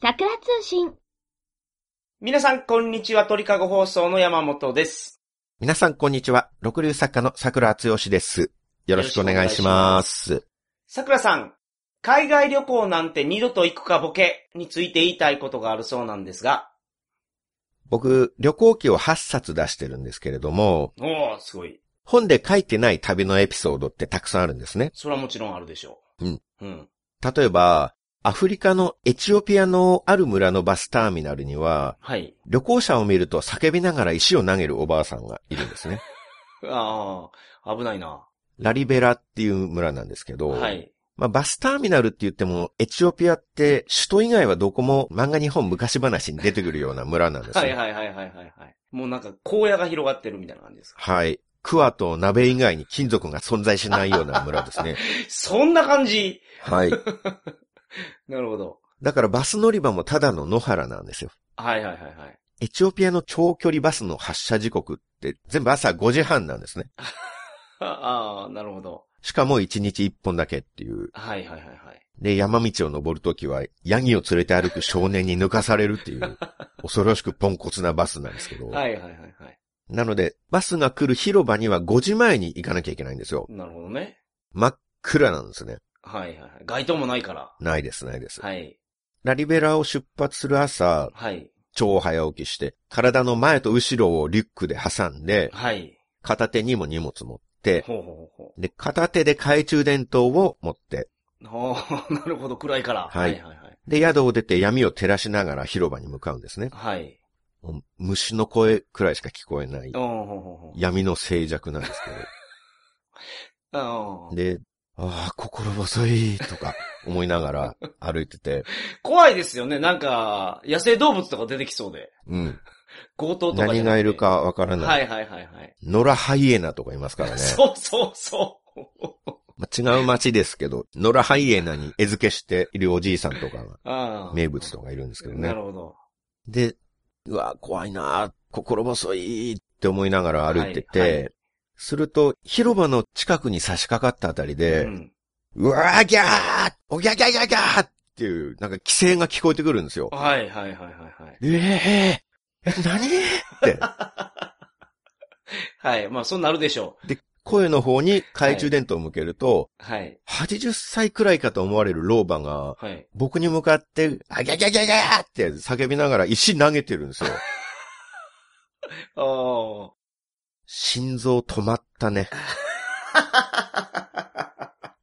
さくら通信。皆さん、こんにちは。鳥かご放送の山本です。皆さん、こんにちは。六流作家の桜厚義です。よろしくお願いします。桜さん、海外旅行なんて二度と行くかボケについて言いたいことがあるそうなんですが。僕、旅行記を8冊出してるんですけれども、おー、すごい。本で書いてない旅のエピソードってたくさんあるんですね。それはもちろんあるでしょう。うん。うん。例えば、アフリカのエチオピアのある村のバスターミナルには、はい。旅行者を見ると叫びながら石を投げるおばあさんがいるん ですね。ああ、危ないな。ラリベラっていう村なんですけど、はい。まあ、バスターミナルって言っても、エチオピアって首都以外はどこも漫画日本昔話に出てくるような村なんですね。はいはいはいはいはいはい。もうなんか荒野が広がってるみたいな感じですか。 はい。クワと鍋以外に金属が存在しないような村ですね。そんな感じはい。なるほど。だからバス乗り場もただの野原なんですよ。はいはいはいはい。エチオピアの長距離バスの発車時刻って全部朝5時半なんですね。ああー、なるほど。しかも1日1本だけっていう。はいはいはいはい。で、山道を登るときはヤギを連れて歩く少年に抜かされるっていう、恐ろしくポンコツなバスなんですけど。はいはいはいはい。なので、バスが来る広場には5時前に行かなきゃいけないんですよ。なるほどね。真っ暗なんですね。はいはいはい。街灯もないから。ないです、ないです。はい。ラリベラを出発する朝、はい。超早起きして、体の前と後ろをリュックで挟んで、はい。片手にも荷物持って、ほうほうほで、片手で懐中電灯を持って、うほう。ほ う、なるほど、暗いから。はいはいはいで、宿を出て闇を照らしながら広場に向かうんですね。はい。はい。もう虫の声くらいしか聞こえないお、ーほうほうほう。闇の静寂なんですけあど。ーで、ああ、心細いとか思いながら歩いてて、怖いですよね。なんか、野生動物とか出てきそうで。うん。強盗とかじゃなくて。何がいるかわからない。はいはいはいはい。野良ハイエナとかいますからね。そうそうそう。まあ違う街ですけど、野良ハイエナに餌付けしているおじいさんとかがあー名物とかいるんですけどなねる。ほど。で、うわ、怖いなあ、心細いって思いながら歩いてて、はいはいすると、広場の近くに差し掛かったあたりで、う。うんわーギャーおギャギャギャギャーっていう、なんか規制が聞こえてくるんですよ。はいはいはいはいはい。えええ、何って、はい。まあ、そうなるでしょ声の方に懐中電灯を向けると、う。はい。 80歳くらいかと思われる老婆が、はい。僕に向かって、あギャギャギャギャーって叫びながら石投げてるんですよ。ああ。心臓止まったね。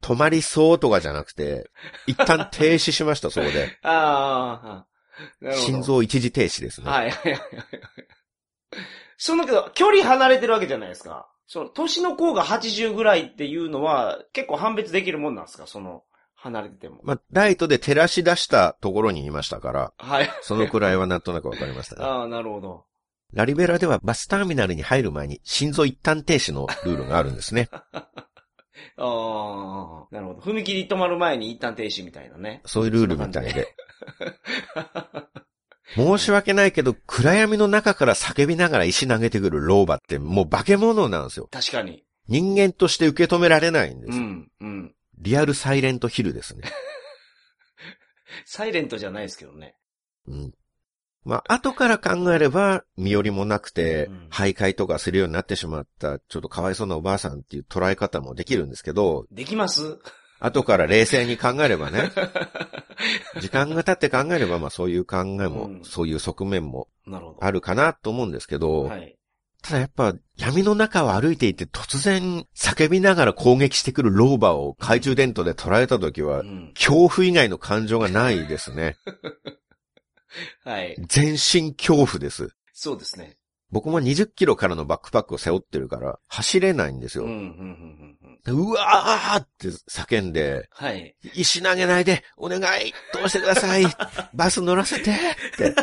止まりそうとかじゃなくて、一旦停止しました、そこで。ああ、 なるほど。心。臓一時停止ですね。はいはいはいはい。そのけど、距離離れてるわけじゃないですか。その、年の子が80ぐらいっていうのは、結構判別できるもんなんですかその、離れてても。まあ、ライトで照らし出したところにいましたから、はい。そのくらいはなんとなくわかりましたね。 ああ、なるほど。ラリベラではバスターミナルに入る前に心臓一旦停止のルールがあるんで すね。ああ、なるほど。踏切止まる前に一旦停止みたいなね。そういうルールみたいで。申し訳ないけど、暗闇の中から叫びながら石投げてくる老婆ってもう化け物なんですよ。確かに。人間として受け止められないんですうよ。ん、うん。リアルサイレントヒルです ね。サイレントじゃないですけどね。うん。まあ、後から考えれば、身寄りもなくてうん、徘徊とかするようになってしまった、ちょっとかわいそうなおばあさんっていう捉え方もできるんですけど、できます 後から冷静に考えればね、時間が経って考えれば、まあそういう考えも、うんそういう側面もなるほど。あるかなと思うんですけど、はい。ただやっぱ闇の中を歩いていて突然叫びながら攻撃してくる老婆を懐中電灯で捉えた時はう、ん。恐怖以外の感情がないですね。はい。全身恐怖です。そうですね。僕も20キロからのバックパックを背負ってるから、走れないんですうよ。ん、ううん、うん、うんうん。わーって叫んで、はい。石投げないで、お願い、どうしてく ださい、バス乗らせて、って。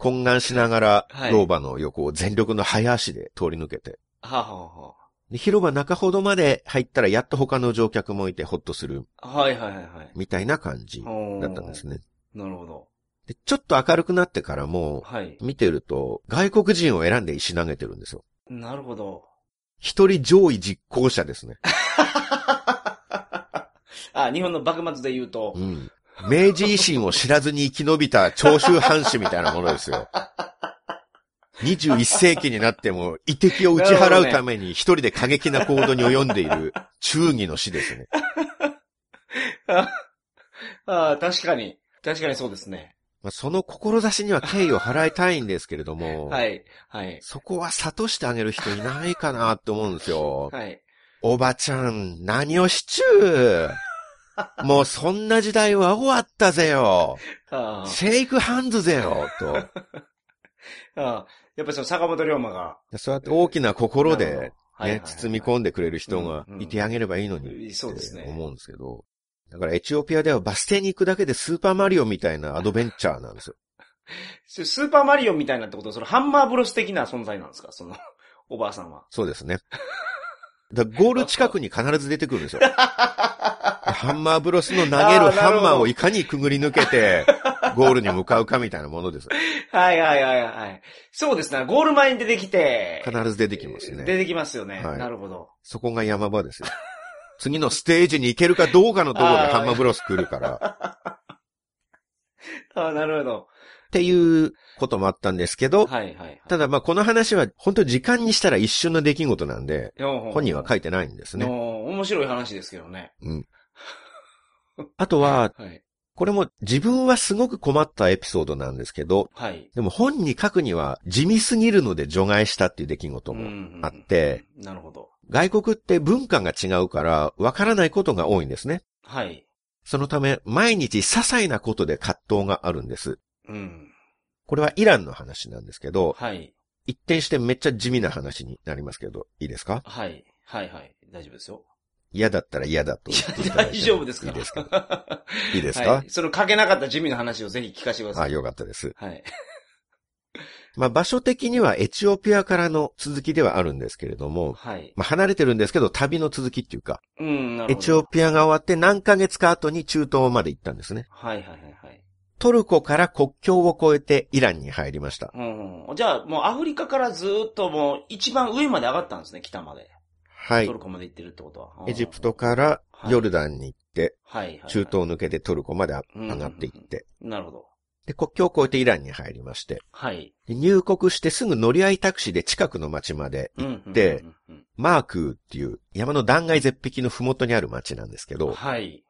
懇願しながらは、い老婆の横を全力の早足で通り抜けて。はあ、はあはあ。で広場中ほどまで入ったら、やっと他の乗客もいてほっとする、はいはいはいはい。みたいな感じだおーったんですね。なるほど。でちょっと明るくなってからも、はい。見てると、外国人を選んで石投げてるんですよ。なるほど。一人上位実行者ですね。あ、日本の幕末で言うとう。ん。明治維新を知らずに生き延びた長州藩士みたいなものですよ。21世紀になっても、遺敵を打ち払うために一人で過激な行動に及んでいる忠義の死ですね。ああ、確かに。確かにそうですね。まあ、その志には敬意を払いたいんですけれども、はい。はい。そこは諭してあげる人いないかなって思うんですよ。はい。おばちゃん、何をしちゅうもうそんな時代は終わったぜよあシェイクハンズぜよと。あああ。やっぱりその坂本龍馬が。そうやって大きな心で、ね、包みん込んでくれる人がいてあげればいいのうに、んそうですね思うんですけど。だからエチオピアではバス停に行くだけでスーパーマリオみたいなアドベンチャーなんですよ。ススーパーマリオみたいなってことは、そのハンマーブロス的な存在なんですかその、 おばあさんは。そ うですね。だからゴール近くに必ず出てくるん ですよ。ハンマーブロスの投げあるーなハるほどンマーをいかにくぐり抜 けて、ゴールに向かうかみたいなものです。はいはいはいはい。そうですね。ゴール前に出てきて。必ず出てきますね。出てきますよね。はいなるほど。そこが山場ですよ。次のステージに行けるかどうかのところであーハンマーブロス来るから、っああ、なるほど。ていうこともあったんですけど、はいはいはい。ただまあこの話は本当時間にしたら一瞬の出来事なんで、本本人は書いいてないんですね。ね。面白い話ですけどね。あとは、はい。これも自分はすごく困ったエピソードなんですけど、はい。でも本に書くには地味すぎるので除外したっていう出来事も、もあって。なるほど。外国って文化が違うからわからないことが多いんですね。はい。そのため毎日些細なことで葛藤があるんです。うん。これはイランの話なんですけど、はい。一転してめっちゃ地味な話になりますけど、いいですかはい。はいはい。大丈夫ですよ。嫌だったら嫌だとい言っていや、ただいて大丈夫ですから。いいですか はいいですか、い。その書けなかった地味な話をぜひ聞かせてくだあ、さい。よかったです。はい。まあ場所的にはエチオピアからの続きではあるんですけれども、はい。まあ離れてるんですけど、旅の続きっていうか、うん、なるエほチど。オピアが終わって何ヶ月か後に中東まで行ったんですね。はいはいはいはい。トルコから国境を越えてイランに入りました。うん。じゃあ、もうアフリカからずーっともう一番上まで上がったんですね、北まで。はいト。ルコまで行ってるってことは。エジプトからはいヨルダンに行って、はいはいはい。中東を抜けてトルコまでうん上がっていって、なるほど。で、国境を越えてイランに入りまして、はい。で入国してすぐ乗り合いタクシーで近くの町まで、うんで、うんうんマークーっていう山の断崖絶壁のふもとにある町なんですけうんど、はい。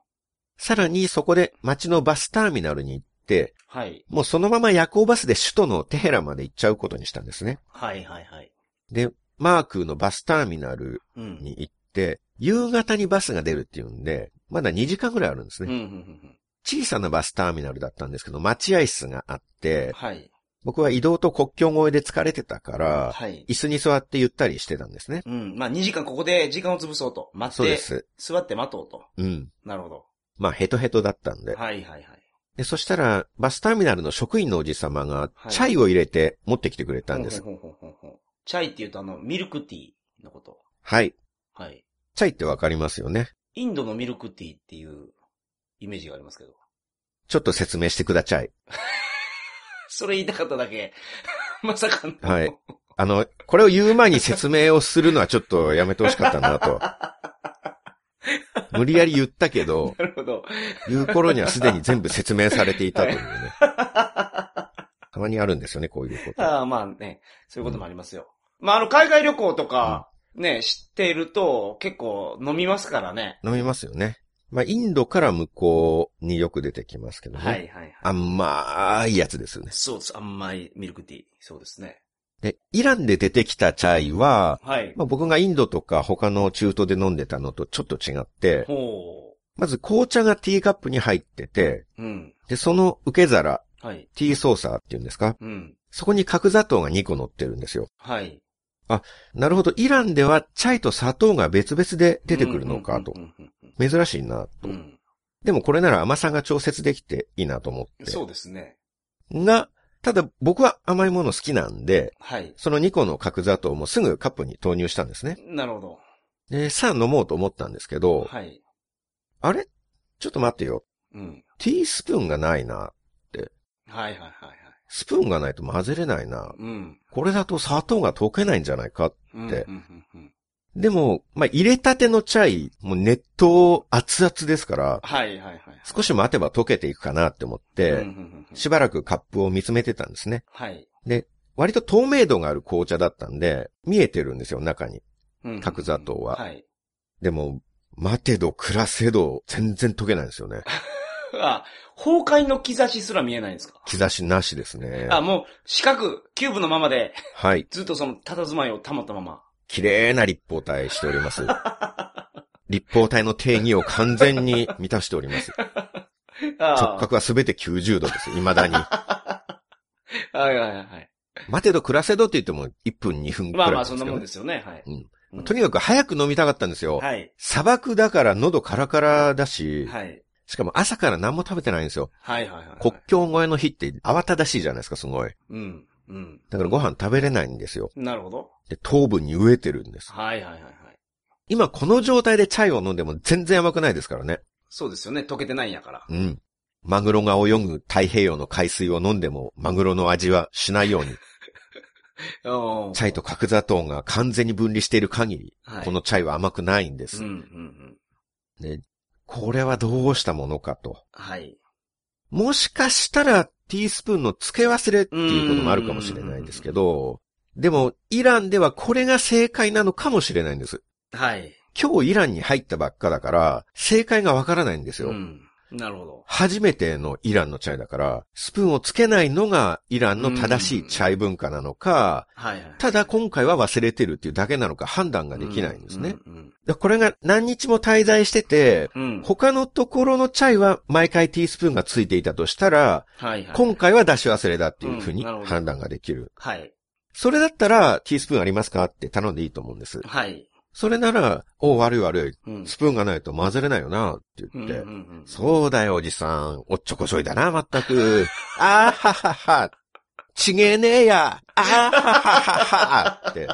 さらにそこで町のバスターミナルに行って、はい。もうそのまま夜行バスで首都のテヘランまで行っちゃうことにしたんですね。はいはいはい。で、マークーのバスターミナルうん。に行って、夕方にバスが出るっていうんで、まだ2時間ぐらいあるんですうんうね。んうん小さなバスターミナルだったんですけど、待合室があっうん。て、はい。僕は移動と国境越えで疲れてたから、はい。椅子に座ってゆったりしてたんですね。うん。まあ、2時間ここで時間を潰そうと。待そうっでて、す。座って待とうと。うん。なるほど。まあ、ヘトヘトだったんで。はいはいはい。でそしたら、バスターミナルの職員のおじ様が、はいチャイを入れて持ってきてくれたんです。ほんほんほんほんほんチャイって言うとあの、ミルクティーのこと。はい。はい。チャイってわかりますよね。インドのミルクティーっていうイメージがありますけど。ちょっと説明してください。それ言いたかっただけ。 まさかの。はい。あの、これを言う前に説明をするのはちょっとやめてほしかったなと。無理やり言ったけど、なるほど。言う頃にはすでに全部説明されていたというね。たまにあるんですよね、こういうこと。ああ、まあね、そういうこともありますよ。まあ、あの、海外旅行とか、ね、知っていると、結構飲みますからね。飲みますよね。まあ、インドから向こうによく出てきますけどね。はいはいはい。甘いやつですよね。そうです。甘いミルクティー。そうですね。で、イランで出てきたチャイは、はい。まあ、僕がインドとか他の中東で飲んでたのとちょっと違って、ほまず紅茶がティーカップに入ってて、う。うん。で、その受け皿、はい。ティーソーサーっていうんですかうん。そこに角砂糖が2個乗ってるんですよ。はい。なるほど、イランではチャイと砂糖が別々で出てくるのかとう。んうんうん珍しいなうとんう。ん。でもこれなら甘さが調節できていいなとうん思って。そうですね。が、ただ僕は甘いもの好きなんで、はい。その2個の角砂糖もすぐカップに投入したんですね。なるほど。で、さあ飲もうと思ったんですけど、はい。あれちょっと待ってよ。うん。ティースプーンがないな。はいはいはいはい。スプーンがないと混ぜれないな。うん。これだと砂糖が溶けないんじゃないか。うんでうんうんうんでも、まあ、入れたてのチャイ、もう熱湯熱々ですから、はいはいはい。少し待てば溶けていくかなって思っうんうんて、うんうんしばらくカップを見つめてたんですね。はい。割と透明度がある紅茶だったんで、見えてるんですよ、中に。うん角砂糖ははい。でも、待てど暮らせど、全然溶けないんです よね。あ、崩壊の兆しすら見えないんですか兆しなしですね。あ、もう、四角、キューブのままで、はい。ずっとその、佇まいを保ったまま。綺麗な立方体しております。立方体の定義を完全に満たしております。直あ角はすべて90度です。未だに。あ。はいはいはい。待てど暮らせどって言っても1分2分くまらあいまあ、すそけんどなねもんですよね。はい。うんとにかく早く飲みたかったんですよ。はい。砂漠だから喉カラカラだし、はい。しかも朝から何も食べてないんですよ。はいはいはい。国境越えの日って慌ただしいじゃないですか、すごい。うん。うん。だからご飯食べれないんですよ。なるほど。で、糖分に飢えてるんです。はいはいはいはい。今この状態でチャイを飲んでも全然甘くないですからね。そうですよね。溶けてないんやから。うん。マグロが泳ぐ太平洋の海水を飲んでも、マグロの味はしないように、おーチャイと角砂糖が完全に分離している限り、はいこのチャイは甘くないんでうすん、うん、うん。でこれはどうしたものかと。はい。もしかしたら、ティースプーンの付け忘れっていうこともあるかもしれないですけど、でも、イランではこれが正解なのかもしれないんです。はい。今日イランに入ったばっかだから、正解がわからないんですよ。うん。なるほど。初めてのイランのチャイだから、スプーンをつけないのがイランの正しいチャイ文化なのか、はいはい。ただ今回は忘れてるっていうだけなのか判断ができないんですね。うん。でこれが何日も滞在してて、うんうん。他のところのチャイは毎回ティースプーンがついていたとしたら、はいはい。今回は出し忘れだっていうふううにんなるほど判断ができる。はい。それだったら、ティースプーンありますかって頼んでいいと思うんです。はい。それなら、おう悪い悪うい、ん。スプーンがないと混ぜれないよなってう言っんうてん、うんそうだよ、おじさん。おっちょこちょいだな、まったく。 あーははは。ちげえねえや。あーはははは。って。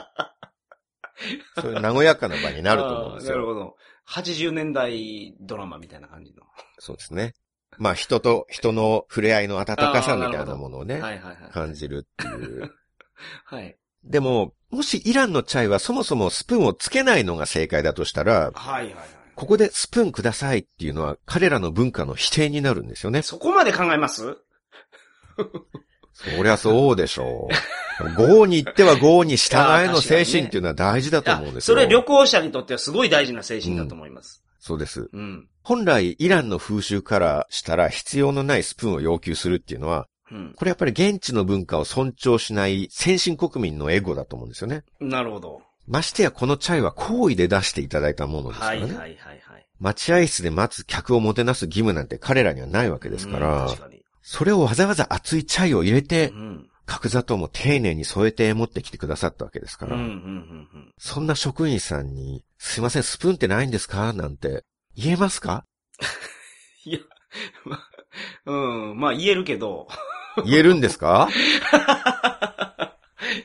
そういう和やかな場になると思うんですあーなるよ。ほど。80年代ドラマみたいな感じの。そうですね。まあ、人と人の触れ合いの温かさみあーなたいるほなどものをね、はいはいはい。感じるっていう。はい。でも、もしイランのチャイはそもそもスプーンをつけないのが正解だとしたら、はいはいはい。ここでスプーンくださいっていうのは彼らの文化の否定になるんですよね。そこまで考えますそりゃそうでしょう。豪に行っては豪に従えの精神っていうのは大事だとあ思うんですそよ。れ旅行者にとってはすごい大事な精神だと思います。そうです。うん。本来イランの風習からしたら必要のないスプーンを要求するっていうのは、うん。これやっぱり現地の文化を尊重しない先進国民のエゴだと思うんですよね。なるほど。ましてやこのチャイは好意で出していただいたものですかはらいね。はいはいはい。待合室で待つ客をもてなす義務なんて彼らにはないわけですから、うん確かに。それをわざわざ熱いチャイを入れてう、ん。角砂糖も丁寧に添えて持ってきてくださったわけですうかんうんら、うんうん。そんな職員さんに、すいません、スプーンってないんですかなんて、言えますかいや、まあ、うん、まあ言えるけど。 言えるんですか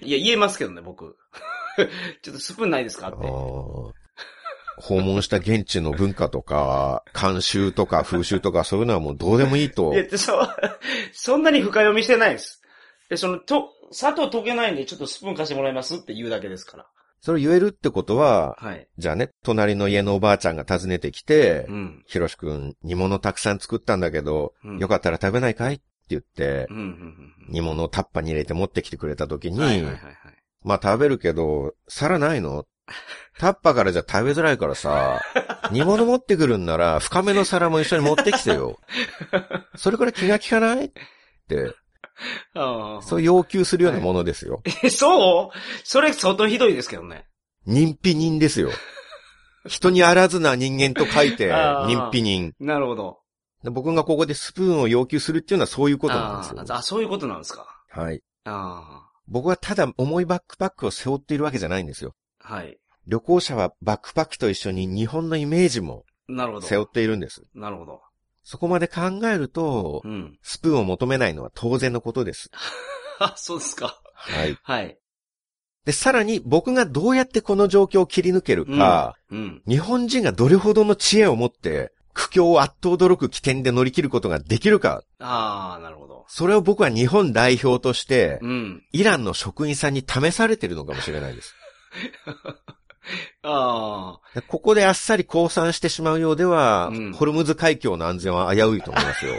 いや、言えますけどね、僕。 ちょっとスプーンないですかあっーて。訪問した現地の文化とか、慣習とか風習とか、そういうのはもうどうでもいい とい。や、そ、そんなに深読みしてないです。で、その、と、砂糖溶けないんで、ちょっとスプーン貸してもらえますって言うだけですから。それを言えるってことは、はい。じゃあね、隣の家のおばあちゃんが訪ねてきてう、ん。ひろしくん、煮物たくさん作ったんだけど、うんよかったら食べないかいって言ってう、ん、うん、うん。煮物をタッパに入れて持ってきてくれた時に、はいはいはいはい。まあ食べるけど、皿ないのタッパからじゃ食べづらいか らさ、煮物持ってくるんなら、深めの皿も一緒に持ってきて よ。それからい気が利かないって、ああ。そそう要求するようなもので すよ。う、そうそれ相当ひどいですけどね。人否人ですよ。人にあらずな人間と書いて、あー人否人。なるほど。で僕がここでスプーンを要求するっていうのはそういうことなんですあよ。ーあ、そういうことなんですか。はい。あ僕はただ重いバックパックを背負っているわけじゃないんですよ。あ。はい。旅行者はバックパックと一緒に日本のイメージもなるほど。背負っているんです。なるほど。そこまで考えるとう、ん。 スプーンを求めないのは当然のことです。あ、そうですか。はい。はい。で、さらに僕がどうやってこの状況を切り抜けるか、うん。日本人がどれほどの知恵を持って、苦境を圧倒驚く起点で乗り切ることができるか、ああ、なるほど。それを僕は日本代表としてう、ん。イランの職員さんに試されてるのかもしれないです。ああ。ここであっさり降参してしまうようでは、うんホルムズ海峡の安全は危ういと思 いますよ。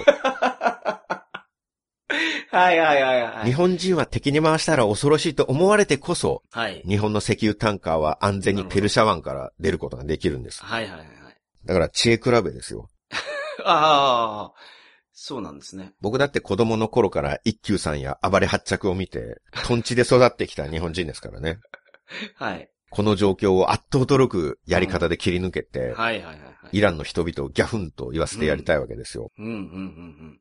はいはいはいは日い。本人は敵に回したら恐ろしいと思われてこそ、はい。日本の石油タンカーは安全にペルシャ湾から出ることができるんです。はいはいはいはい。だから知恵比べですよ。ああ。そうなんですね。僕だって子供の頃から一休さんや暴れ発着を見て、トンチで育ってきた日本人ですからね。はい。この状況を圧倒驚くやり方で切り抜けて、はいはいはいはい。イランの人々をギャフンと言わせてやりたいわけですよ。うんうんうんうん。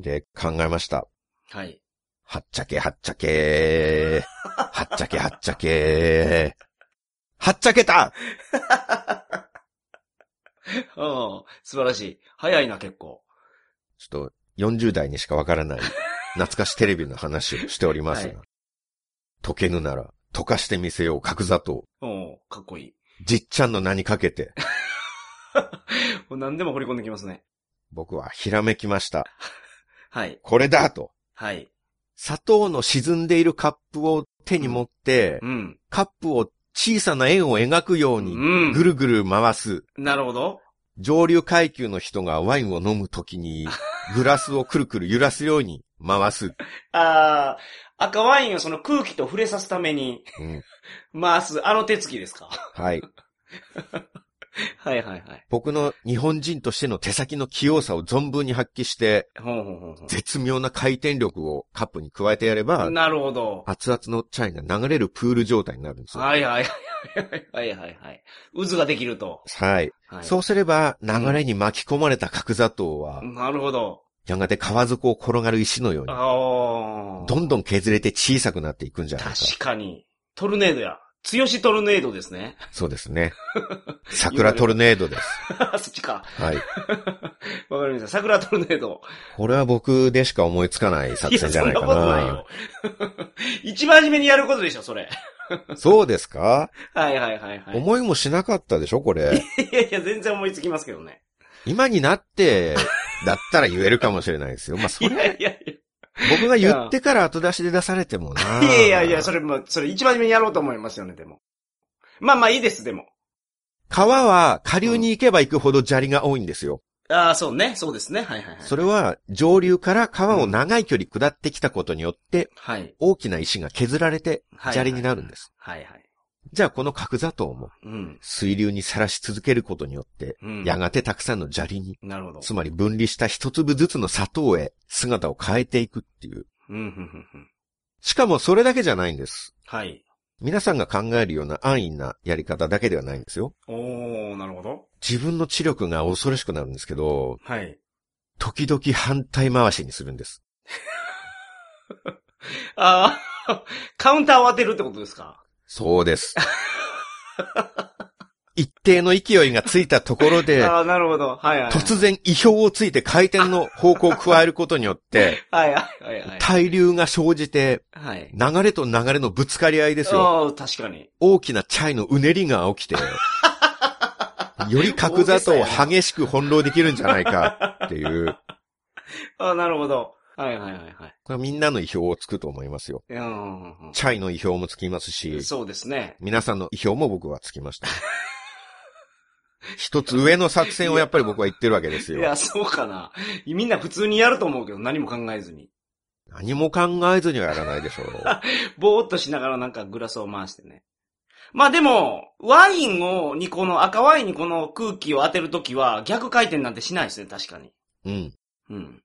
で、考えました。はい。はっちゃけはっち ゃけはっちゃけはっちゃけはっちゃけたああ、素晴らしい。早いな、結構。ちょっと40代にしかわか らない懐かしテレビの話をしておりますが、は溶けぬなら溶かしてみせよう角砂糖。おおかっこいい。じっちゃんの名にかけて、もう何でも掘り込んできますね。僕はひらめきました。はい。これだと。はい。砂糖の沈んでいるカップを手に持って、うん。カップを小さな円を描くよううにん。ぐるぐる回す。なるほど。上流階級の人がワインを飲むと きに、グラスをくるくる揺らすように回す。ああ、赤ワインをその空気と触れさすためにうん、回す、あの手つきですかはい。はいはいはい。僕の日本人としての手先の器用さを存分に発揮して、ほんほんほんほん絶妙な回転力をカップに加えてやれば、なるほど。熱々のチャイが流れるプール状態になるんですよ。はいはいはいはいはいはい。渦ができると。はい。はい、そうすれば、流れに巻き込まれた角砂糖は、なるほど。やがて川底を転がる石のように、ああ。どんどん削れて小さくなっていくんじゃないか。確かに。トルネードや。強しトルネードですね。 そうですね。桜トルネードです。そっちか。はい。わかりました。桜トルネード。これは僕でしか思いつかない作戦じゃないかいや、そんな。なことないよ。 一番初めにやることでしょ、それ。そうですか、はいはいはいはい。思いもしなかったでしょこれ。いやいや、全然思いつきますけどね。今になって、だったら言えるかもしれないですよ。まあ、そいやれ、いやい僕が言ってから後出しで出されてもな。や。いやいやいや、それも、それ一番初めにやろうと思いますよね、でも。まあまあいいです、でも。川は下流に行けば行くほど砂利が多いんですよ。ああ、そうね。そうですね。はいはいはい。それは上流から川を長い距離下ってきたことによって、はい。大きな石が削られてはい砂利になるんです。はいはい。じゃあこの角砂糖もうん。水流にさらし続けることによって、うん。やがてたくさんの砂利に、なるほど。つまり分離した一粒ずつの砂糖へ姿を変えていくっていう。うん、うん、うんうん。しかもそれだけじゃないんです。はい。皆さんが考えるような安易なやり方だけではないんですよ。おー、なるほど。自分の知力が恐ろしくなるんですけど、はい。時々反対回しにするんです。ああ、カウンターを当 てるってことですかそう です。一定の勢いがついたところで、ああ、なるほど。はいはい。突然意表をついて回転の方向を加えることによって、はいはいはいはい。対流が生じて、はい。流れと流れのぶつかり合いですよ。ああ、確かに。大きなチャイのうねりが起 きて、より角砂糖を激しく翻弄できるんじゃないかっていう。ああ、なるほど。はいはいはいはい。これはみんなの意表をつくと思いますよ。うんうんうんチャイの意表もつきまうすんし、そうですね。皆さんの意表も僕はつき ました。一つ上の作戦をやっぱり僕は言ってるわけですいよ。や、そうかな。みんな普通にやると思うけど、何も考えずに。何も考えずにはやらないでしょう。 ぼーっとしながらなんかグラスを回してね。まあでも、ワインを、にこの、赤ワインにこの空気を当てるときは、逆回転なんてしないですね、確かに。うん。うん。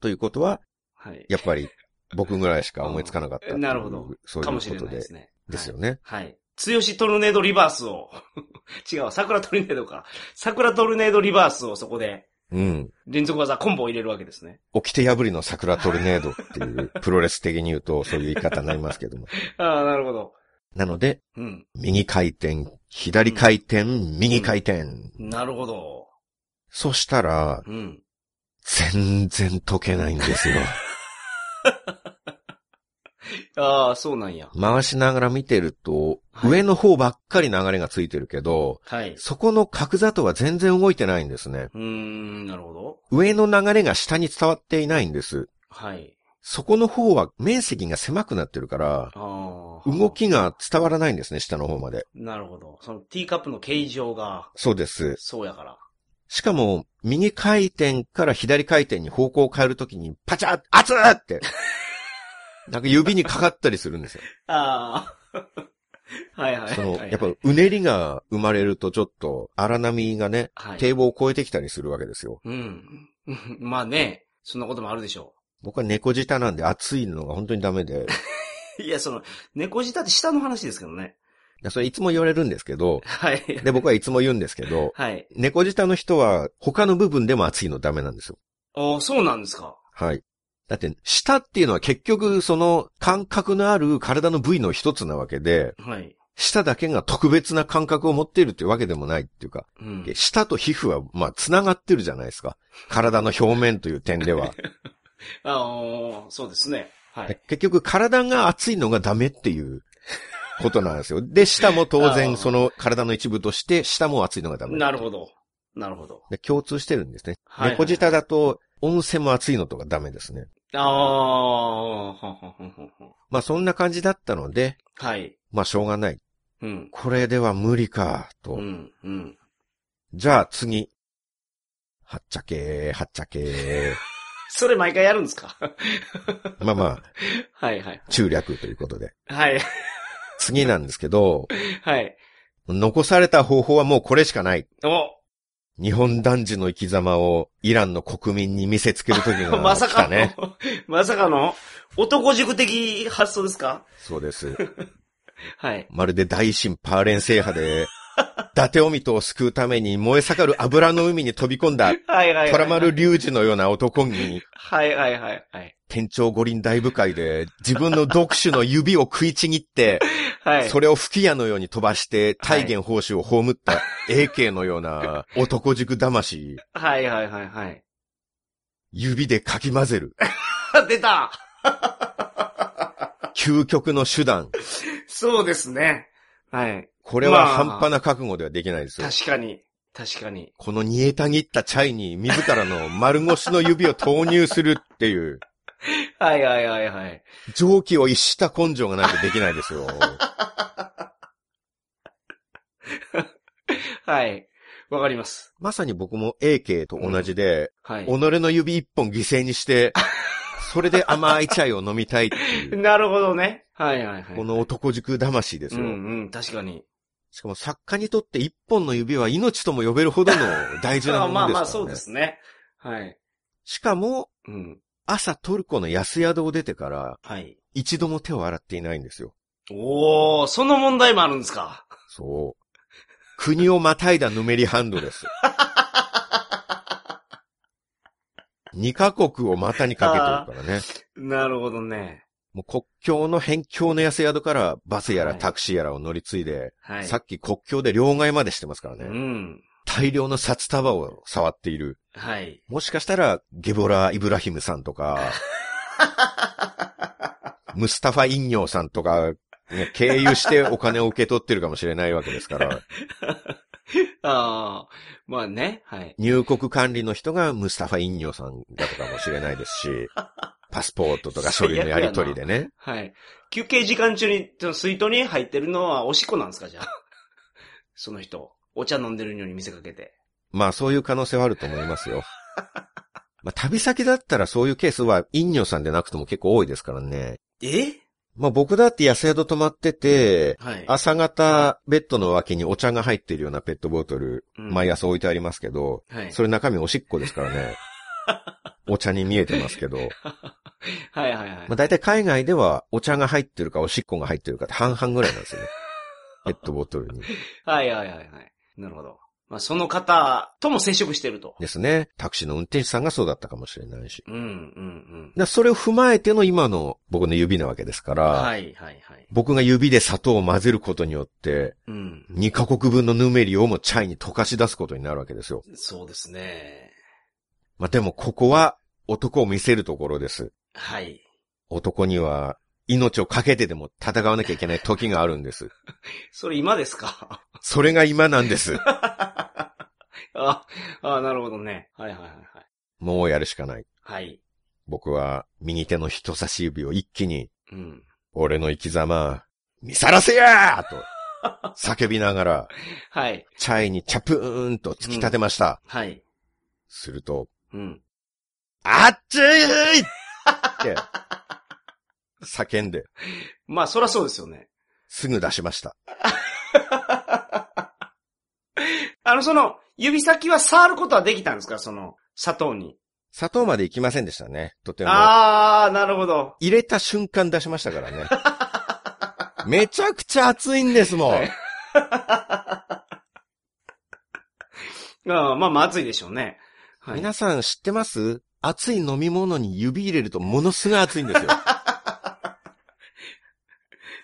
ということは、はい。やっぱり僕ぐらいしか思いつかなかったっていう。 なるほど。そういかうこもしれとないでで。すね。ですよね。はい。はい。強しトルネードリバースを。 違う、桜トルネードか。桜トルネードリバースをそこで、うん。連続技コンボを入れるわけですね。起きて破りの桜トルネードっていう、プロレス的に言う とそういう言い方になりますけども。ああ、なるほど。なので、うん。右回転、左回転、右回転。なるほど。そしたら、うん。全然解けないんですよ。ああ、そうなんや。 回しながら見てると、はい上の方ばっかり流れがついてるけど、はい。そこの角砂糖は全然動いてないんですね。うーん、なるほど。上の流れが下に伝わっていないんです。はい。そこの方は面積が狭くなってるから、あー動。きが伝わらないんですね、下の方まで。なるほど。そのティーカップの形状が、そうです。そうやから。しかも、右回転から左回転に方向を変えるときに、パチャッ熱っって。 なんか指にかかったりするんですよ。ああ。 はいはい。その、はいはいやっぱ、うねりが生まれるとちょっと荒波がね、はい。堤防を越えてきたりするわけですよ。うん。まあね、そんなこともあるでしょ僕は猫舌なんで暑いのが本当にダメで、う。いや、その、猫舌って下の話ですけどね。それいつも言われるんですけど、はい。で、僕はいつも言うんですけど、はい。猫舌の人は他の部分でも暑いのダメなんですよ。おそうなんですか。はい。だって、舌っていうのは結局その感覚のある体の部位の一つなわけで、はい。舌だけが特別な感覚を持っているっていうわけでもないっていうか、うん。舌と皮膚はまあ繋がってるじゃないですか。体の表面という点では。あのーそうですね。はい。結局体が熱いのがダメっていうことなんですよ。で、舌も当あー然その体の一部として舌も熱いのがダメ。なるほど。なるほど。で共通してるんですね。はいはい猫舌だと温泉も熱いのとかダメですね。ああ、はんはんはんはんはんまあそんな感じだったので、はい。まあしょうがない。うん。これでは無理か、と。うん。うん。じゃあ次。はっちゃけー、はっちゃけー。それ毎回やるんですか まあまあ、はいはい。中略ということで。はい。次なんですけど、はい。残された方法はもうこれしかない。お日本男児の生き様をイランの国民に見せつける時 がまさ来かたの、ね。まさかの、男塾的発想ですかそうです。はい。まるで大神パーレン制覇で、 伊達オミトを救うために燃え盛る油の海に飛び込んだ、はいはいはい。虎丸龍二のような男に、はいはいはいはい。天朝五輪大部会で自分の独手の指を食いちぎって、はい。それを吹き矢のように飛ばして大元報酬を葬った AK のような男塾魂、はいはいはいはい。指でかき混ぜ る、あ出た究極の手段。そうですね。はい。これは半端な覚悟ではできないですよ。確かに。確かに。この煮えたぎったチャイに自らの丸腰の指を投入するって いう、はいはいはいはい。蒸気を逸した根性がないとできないですよ。はい。わかります。まさに僕も AK と同じで、はい己。の指一本犠牲にして、それで甘いチャイを飲みたいっていう、なるほどね。はいはいはい。この男塾魂ですうんよ。うん、確かに。しかも作家にとって一本の指は命とも呼べるほどの大事なものですから、ね。まあまあ、そうで。すね。はい。しかも、うん。朝トルコの安宿を出てから、はい。一度も手を洗っていないんですよ。おー、その問題もあるんですか。そう。国をまたいだぬめりハンドです。 二カ国を股にかけてるからね。なるほどね。もう国境の辺境の安宿からバスやらタクシーやらを乗り継いで、はい。さっき国境で両替までしてますからうね。ん。大量の札束を触っている。はい。もしかしたら、ゲボラ・イブラヒムさんと か、ムスタファ・インニョさんとか、ね、経由してお金を受け取ってるかもしれないわけですから、ああ、まあね。はい。入国管理の人がムスタファ・インニョさんだとかもしれないです し、パスポートとか書類のやり取りでね。はい。休憩時間中に、その水筒に入ってるのはおしっこなんですか、 じゃあ。その人。お茶飲んでるように見せかけて。まあそういう可能性はあると思いますよ。まあ旅先だったらそういうケースはインニョさんでなくても結構多いですからね。えまあ僕だって安宿泊まってて、はい。朝方、ベッドの脇にお茶が入っているようなペットボトル、うん毎朝置いてありますけど、はい。それ中身おしっこですから ね。お茶に見えてますけど、はいはいはいまあ、。大体海外ではお茶が入ってるかおしっこが入ってるかって半々ぐらいなん ですよね。ペットボトルに。はいはいはいはい。なるほど。まあ、その方とも接触してると。ですね。タクシーの運転手さんがそうだったかもしれないし。うんうんでそれを踏まえての今の僕の指なわけですから、うん。はいはいはい。僕が指で砂糖を混ぜることによって、うん。 2カ国分のヌメリをもチャイに溶かし出すことになるわけですよ。そうですね。まあ、でもここは男を見せるところです。はい。男には命を懸けてでも戦わなきゃいけない時があるんです。それ今ですか それが今なんです。あ、あなるほどね。はいはいはいはい。もうやるしかない。はい。僕は右手の人差し指を一気に、うん。俺の生き様、見さら せやーと、叫びながら、はい。チャイにチャプーンと突き立てました。はい。すると、うん。あっち いって、叫んで、まあ、そらそうですよね。すぐ出しました。あの、その、指先は触ることはできたんですかその、砂糖に。砂糖まで行きませんでしたね。とても。あー、なるほど。入れた瞬間出しましたから ね。めちゃくちゃ熱いんですもん。はいあーまあまあ、熱いでしょうね。はい。皆さん知ってます熱い飲み物に指入れるとものすごい熱いんですよ。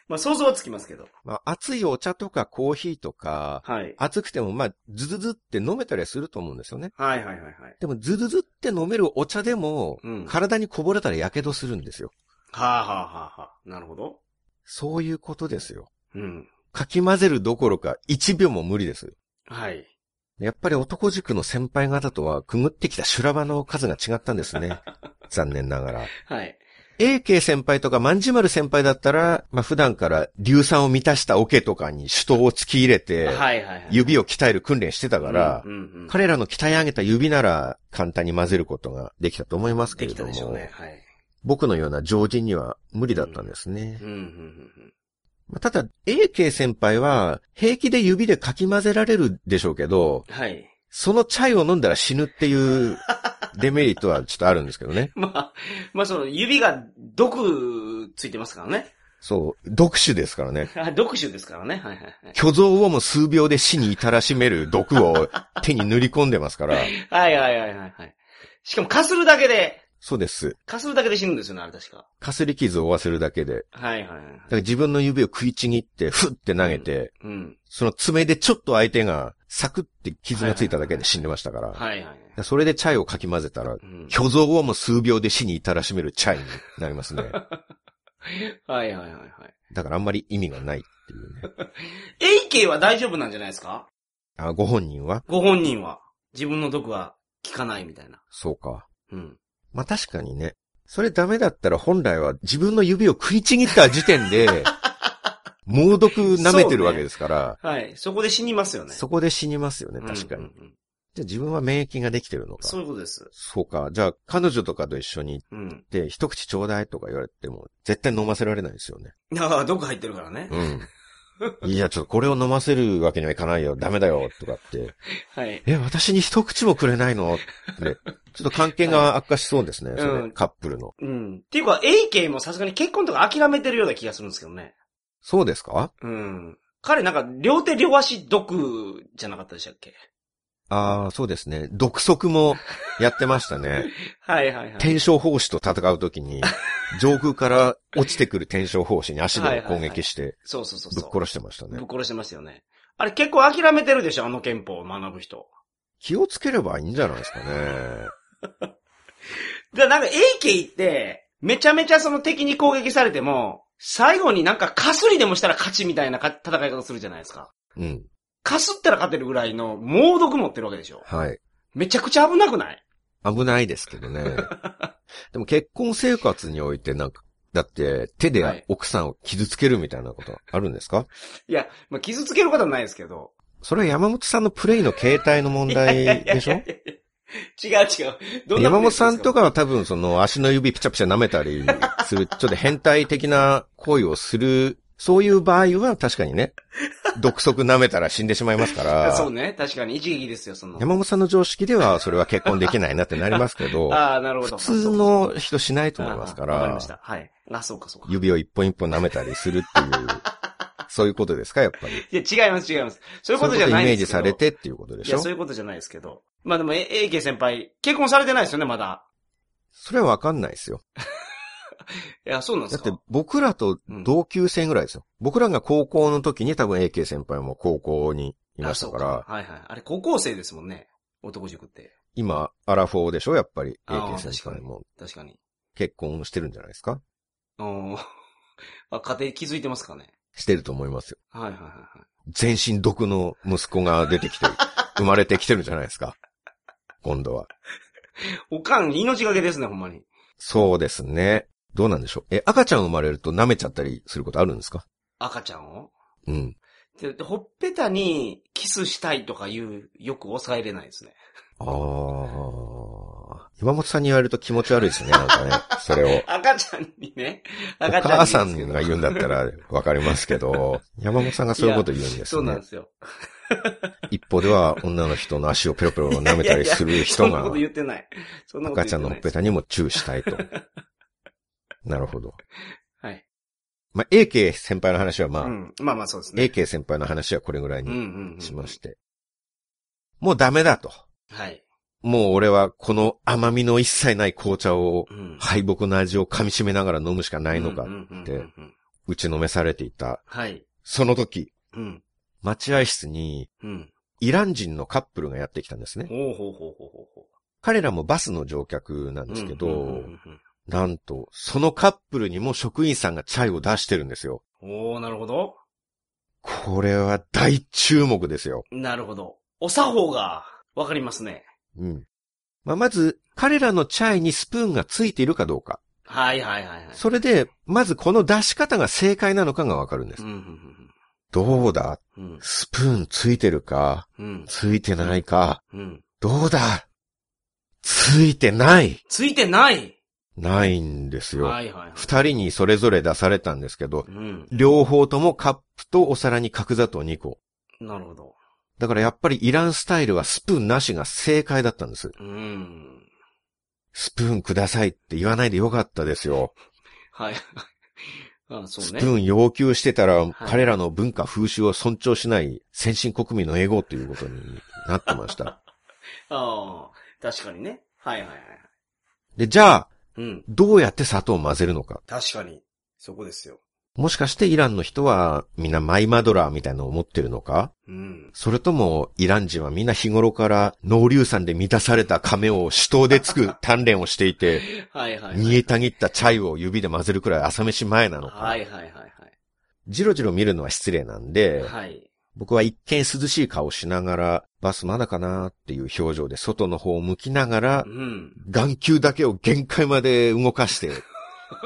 まあ、想像はつきますけど。まあ、熱いお茶とかコーヒーとか、はい。熱くてもまあ、ズズズって飲めたりはすると思うんですよね。はいはいはいはい。でも、ズズズって飲めるお茶でも、うん。は体にこぼれたら火傷するんですよ。あ、はあはあはあ、なるほど。そういうことですよ。うん。かき混ぜるどころか1秒も無理です。はい。やっぱり男塾の先輩方とはくぐってきた修羅場の数が違ったんで すね。残念ながら。はい。 AK 先輩とか万事丸先輩だったら、まあ普段から硫酸を満たした桶とかに手刀を突き入れて、はいはいはい。指を鍛える訓練してたからう、んうんうん、彼らの鍛え上げた指なら簡単に混ぜることができたと思いますけでれきたどでしょうも、ね。はい。僕のような常人には無理だったんですね。うんうんうんまあただ、AK 先輩は、平気で指でかき混ぜられるでしょうけど、うん。はい。 そのチャイを飲んだら死ぬっていう デメリットはちょっとあるんですけどね。まあ、まあその指が毒ついてますからね。そう、毒酒ですからね。あ毒種ですからね。はいはいはい。虚像をも数秒で死に至らしめる毒を手に塗り込んでますから。はいはいはいはいはい。しかもかするだけで、そうです。かするだけで死ぬんですよね、あれ確か。かすり傷を負わせるだけで。はいはいはいはい。だから自分の指を食いちぎって、ふって投げて、うん。その爪でちょっと相手がサクって傷がついただけで死んでましたから。だかはいはいはい。らそれでチャイをかき混ぜたら、うん、虚像をも数秒で死に至らしめるチャイにな りますね。はいはいはいはい。だからあんまり意味がないっていうね。 AK は大丈夫なんじゃないですかあ、ご本人はご本人は。自分の毒は効かないみたいな。そうか。うん。まあ、確かにね。それダメだったら本来は自分の指を食いちぎった時点 で、猛毒舐めてるわけですから、はい。そこで死にますよそ,、ね。こで死にますよね、うん確かに。うんうんじゃあ自分は免疫ができてるのか。そういうことです。そうか。じゃあ彼女とかと一緒に行うん。って、一口ちょうだいとか言われても、絶対飲ませられないですよね。ああ、毒入ってるからね。うん。いや、ちょっとこれを飲ませるわけにはいかないよ。ダメだよ。とかって。はい。え、私に一口もくれないのって。ちょっと関係が悪化しそうですね。それうんカップルの。うん。っていうか、AK もさすがに結婚とか諦めてるような気がするんですけどね。そうですかうん。彼なんか、両手両足毒じゃなかったでしたっけああ、そうですね。独足もやってましたね。はいはいはい。天正法師と戦うときに、上空から落ちてくる天正法師に足で攻撃して、そうそうそうぶっそう。殺してましたぶねっ。殺してましたよね。あれ結構諦めてるでしょあの憲法を学ぶ人。気をつければいいんじゃないですかね。だからなんか AK って、めちゃめちゃその敵に攻撃されても、最後になんかかすりでもしたら勝ちみたいなか戦い方するじゃないですか。うん。かすったら勝てるぐらいの猛毒持ってるわけでしょはい。めちゃくちゃ危なくない危ないです けどね。でも結婚生活においてなんか、だって手はいで奥さんを傷つけるみたいなことあるんですか、いや、まあ、傷つけることはないですけど。それは山本さんのプレイの形態の問題 でしょいやいやいや違う違う。どんな山本さんとか。かは多分その足の指ピチャピチャ舐めたりする、ちょっと変態的な行為をする、そういう場合は確かにね、独足舐めたら死んでしまいますか そうら、ね。確かに一撃ですよ、その。山本さんの常識ではそれは結婚できないなってなりますけど、ああ、なるほ普ど。通の人しないと思いますあかあわかりまらし、た。はい。あ、そうか、そうか。指を一本一本舐めたりするって いう、そういうことですか、やっぱり。いや、違います、違います。そういうことじゃイないんメーですけジど。されてっていうことでいしや、ょそういうことじゃないですけど。まあでも、え AK 先輩、結婚されてないですよね、まだ。それはわかんないですよ。いや、そうなんですだっかて僕らと同級生ぐらいですよ。僕らが高校の時に多分 AK 先輩も高校にいましたから、あそうはいはい。あれ、高校生ですもんね。男塾って。今、アラフォーでしょやっぱりああ AK 先輩も確かに。結婚してるんじゃないですかおー あ、家庭気づいてますかね。してると思いますよ。はいはいはいはい。全身毒の息子が出 てきて、生まれてきてるんじゃないですか今度は。おかん、命がけですね、ほんまに。そうですね。どうなんでしょう。え、赤ちゃん生まれると舐めちゃったりすることあるんですか赤ちゃんをうん。ででほっぺたにキスしたいとかいう欲を抑えれないです ね。ああ。岩本さんに言われると気持ち悪いですね、な んかね。それを。赤ちゃんにね。お赤ちゃん母さんにですけどが言うんだったらわかりますけど、山本さんがそういうこと言うんですそうなんねで。すよ。一方では女の人の足をペロペロ舐めたりするそ人んなこがと、言ってない。そんなこと言赤っちゃてんないのほっぺたにもチューしたいと。なるほど。はい。まあ、AK 先輩の話はまあ、うん。まあまあそうですね。 AK 先輩の話はこれぐらいうんにうんうん。しまして。もうダメだと。はい。もう俺はこの甘みの一切ない紅茶を、うん。敗北の味を噛み締めながら飲むしかないのかうん、うんうんうんうんて打ちのめされていた。はい。その時、うん。待合室にうん。イラン人のカップルがやってきたんですね。ほうほうほうほうほうほ彼らもバスの乗客なんう。ですけど、うんうんうんうんなんと、そのカップルにも職員さんがチャイを出してるんですよ。おー、なるほど。これは大注目ですよ。なるほど。お作法が、わかりますね。うん。まあ、まず、彼らのチャイにスプーンがついているかどうか。はいはいはいはい。それで、まずこの出し方が正解なのかがわかるんうですん。うんどうだうんうん。スプーンついてるかうん。ついてないかうん。うん。どうだついてないついてないないんですよは。いはいはい。二人にそれぞれ出されたんですけど、うん。両方ともカップとお皿に角砂糖2個。なるほど。だからやっぱりイランスタイルはスプーンなしが正解だったんです。うん。スプーンくださいって言わないでよかったですよ。はい。あそうスね。プーン要求してたらい彼らの文化風習を尊重しない先進国民のエゴということになってました。ああ、確かにね。はいはいはい。で、じゃあ、うん。どうやって砂糖を混ぜるのか。確かに。そこですよ。もしかしてイランの人はみんなマイマドラーみたいなのを持ってるのかうん。それともイラン人はみんな日頃から農硫酸で満たされた亀を死闘でつく鍛錬をしていて、はいはい、はい。煮えたぎったチャイを指で混ぜるくらい朝飯前なのか。はいはいはいはじろじろ見るのは失礼なんでい。、はい。僕は一見涼しい顔をしながら、バスまだかなっていう表情で外の方を向きながらう、ん。眼球だけを限界まで動か して、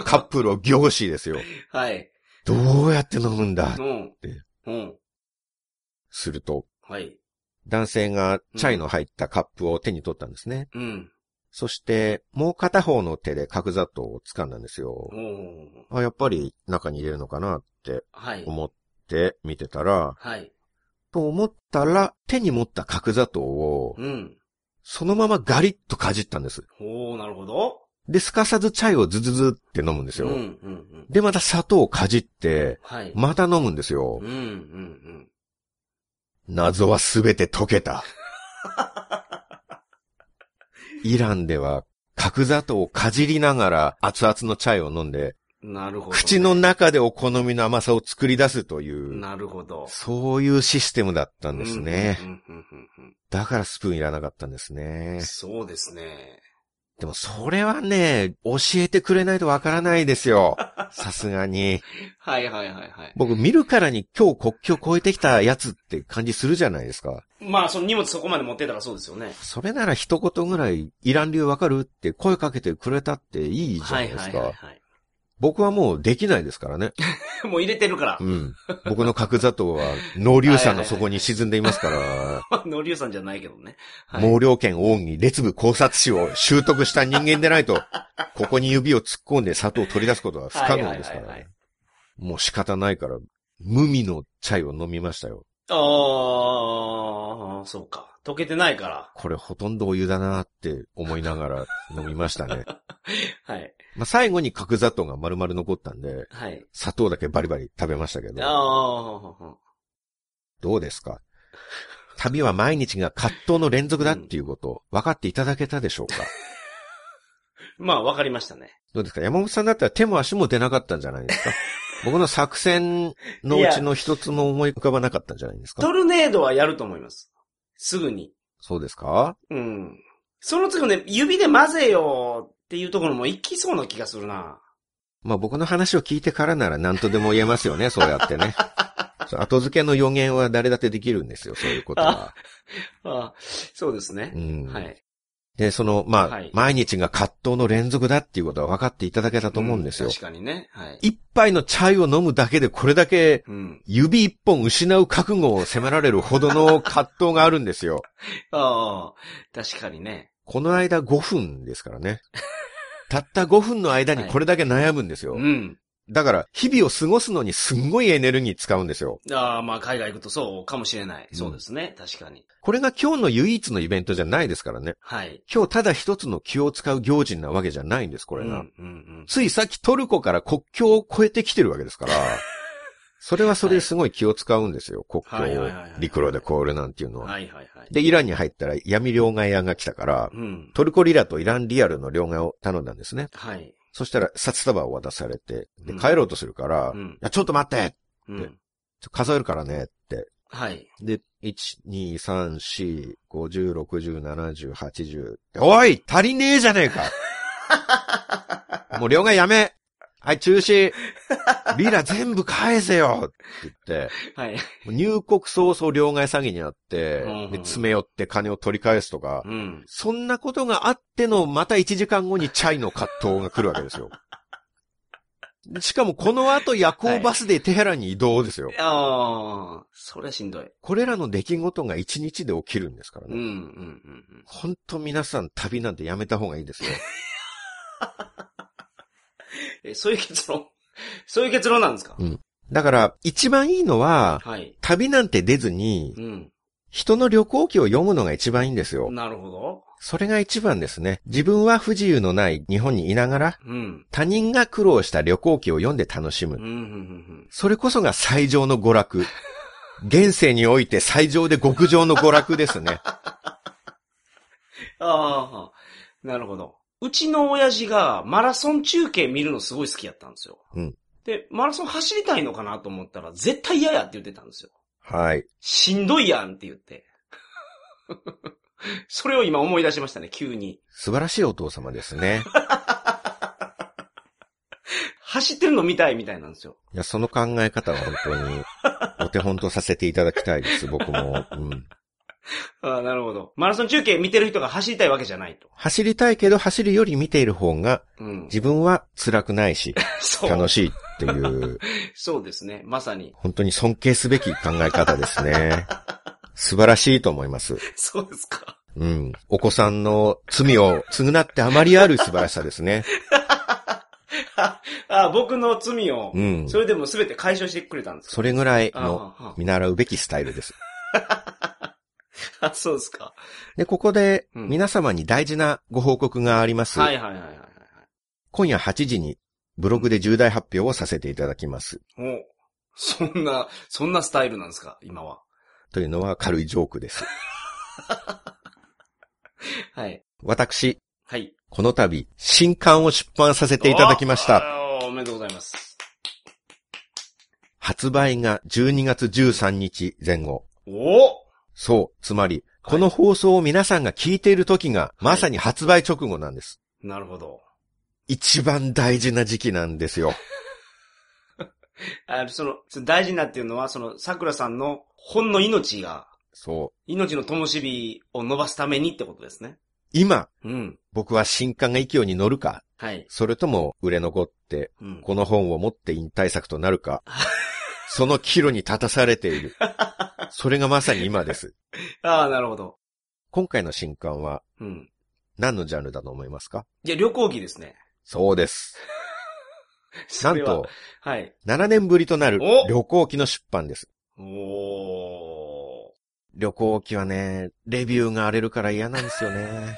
カップルを凝視ですよ。はい。どうやって飲むんだうんで。うん。すると、はい。男性がチャイの入ったカップを手に取ったんですね。うん。そして、もう片方の手で角砂糖を掴んだんですよお。ーあ、やっぱり中に入れるのかなってはい。思って見てたら、はい。と思ったら、手に持った角砂糖を、うん。そのままガリッとかじったんです。おー、なるほど。で、すかさずチャイをズズズって飲むんですうん、よ。うん、うん。で、また砂糖をかじって、はい。また飲むんですようん、う。ん、うん。謎はすべて解けた。イランでは、角砂糖をかじりながら熱々のチャイを飲んで、なるほど、口の。中でお好みの甘さを作り出すという、なるほど。そういうシステムだったんですね。うんうんうんうんだからスプーンいらなかったんですうねん。。そうですね。でもそれはね、教えてくれないとわからないで すよ。さすがに。はいはいはいはい。僕見るからに今日国境越えてきたやつって感じするじゃないですか。まあ、その荷物そこまで持ってたらそうですよね。それなら一言ぐらいイラン流わかるって声かけてくれたっていいじゃないですはいはいか。はい、 僕はもうできないですからね。はい。もう入れてるからう。ん。僕の角砂糖は農流産の底に沈んでいますから、まあ、農流さんじゃないけどね。はい。毛量圏奥義列部考察史を習得した人間でない と、ここに指を突っ込んで砂糖を取り出すことは不可能ですはいはいからはいはね。もう仕方ないから、無味のチャイを飲みましたよ。ああ、そうか。溶けてないかこれほとんどお湯だなって思いなが ら飲みましたね。ら。はい。まあ最後に角砂糖が丸々残ったんで、はい。砂糖だけバリバリ食べましたけあど、あ、どうですか旅は毎日が葛藤の連続だっていうこと、分かっていただけたでしょうかまあ、わかりましたね。どうですか山本さんだったら手も足も出なかったんじゃない ですか僕の作戦のうちの一つも思い浮かばなかったんじゃないですかトルネードはやると思います。すぐに。そうですかうん。その次ね、指で混ぜようっていうところも行きそうな気がするな。まあ僕の話を聞いてからなら何とでも言えます よね、そうやってね。そう後付けの予言は誰だってできるんですよ、そういうことは。あそうですねう。ん。はい。で、その、まあ、はい毎日が葛藤の連続だっていうことは分かっていただけたと思うんですよ。確かにね。はい。一杯のチャイを飲むだけでこれだけうん。指一本失う覚悟を迫られるほどの葛藤があるんですよ。ああ、確かにね。この間5分ですからね。たった5分の間にこれだけ悩むんですよ。うん。だから、日々を過ごすのにすんごいエネルギー使うんですよ。ああ、まあ海外行くとそうかもしれない。そうですね。確かに。これが今日の唯一のイベントじゃないですからね。はい。今日ただ一つの気を使う行事なわけじゃないんです、これが。うんうんうん。ついさっきトルコから国境を越えてきてるわけです から、それはそれですごい気を使うんですよ、国はい境はをいはいはい陸路で越えるなんていうのは。はいはいはい。で、イランに入ったら闇両替屋が来たから、うん。トルコリラとイランリアルの両替を頼んだんですね。はい。そしたら札束を渡されて、でうん帰ろうとするから、ういん。や、ちょっと待ってうでん。ちょ数えるからねって。はい。で、1、2、3、4、50、60、70、80。おい足りねえじゃね えかもう両替やめはい、中止リラ全部返せよって言って、はい。入国早々両替詐欺にあって、うんうんで詰め寄って金を取り返すとかう、ん。そんなことがあっての、また1時間後にチャイの葛藤が来るわけで すよ。しかもこの後夜行バスでテヘランに移動ですよ。ああ、それはしんどい。これらの出来事が1日で起きるんですからうん、うね。ん、うんうん。ほんと皆さん旅なんてやめた方がいいですよ。え、そういう結論 そういう結論なんですかうんだから、一番いいのは、はい。旅なんて出ずにう、ん。人の旅行記を読むのが一番いいんですよ。なるほど。それが一番ですね。自分は不自由のない日本にいながら、うん。他人が苦労した旅行記を読んで楽しむうん、。うん、うんそれこそが最上の娯楽。現世において最上で極上の娯楽ですね。うん。ああ、なるほど。うちの親父がマラソン中継見るのすごい好きやったんですよ。うんで、マラソン走りたいのかなと思ったら、絶対嫌やって言ってたんですよ。はい。しんどいやんって言って。 それを今思い出しましたね、急に。素晴らしいお父様ですね。走ってるの見たいみたいなんですよ。いや、その考え方は本当にお手本とさせていただきたいです、僕も。うん。ああ、なるほど。マラソン中継見てる人が走りたいわけじゃないと。走りたいけど走るより見ている方がうん。自分は辛くないし、そう楽。しいっていう、そうですね。まさ に。本当に尊敬すべき考え方ですね。素晴らしいと思います。そうですか。うん。お子さんの罪を償ってあまりある素晴らしさですね。あ、僕の罪をう、ん。それでも全て解消してくれたんですかそれぐらいのああ見習うべきスタイルです。ああ、そうですか。で、ここでうん皆様に大事なご報告があります。はいはいはいはいはい。今夜8時にブログで重大発表をさせていただきます。おそんな、そんなスタイルなんですか今は。というのは軽いジョークです。はい。私、はい。この度、新刊を出版させていただきました。あー。おめでとうございます。発売が12月13日前後。おおそう、つまり、この放送を皆さんが聞いている時が、まさに発売直後なんです。なるほど。一番大事な時期なんですよ。あの、その、その大事なっていうのは、その、桜さんの本の命が、そう。命の灯火を伸ばすためにってことですね。今、うん。僕は新刊が勢いに乗るか、はい。それとも売れ残って、うん。 この本を持って引退作となるか、その岐路に立たされている。それがまさに今です。ああ、なるほど。今回の新刊はうん。何のジャンルだと思いますかじゃあ、旅行記ですね。そうです。なそんれはと、はい。 7年ぶりとなるお旅行記の出版です。おー。旅行記はね、レビューが荒れるから嫌なんですよ ね。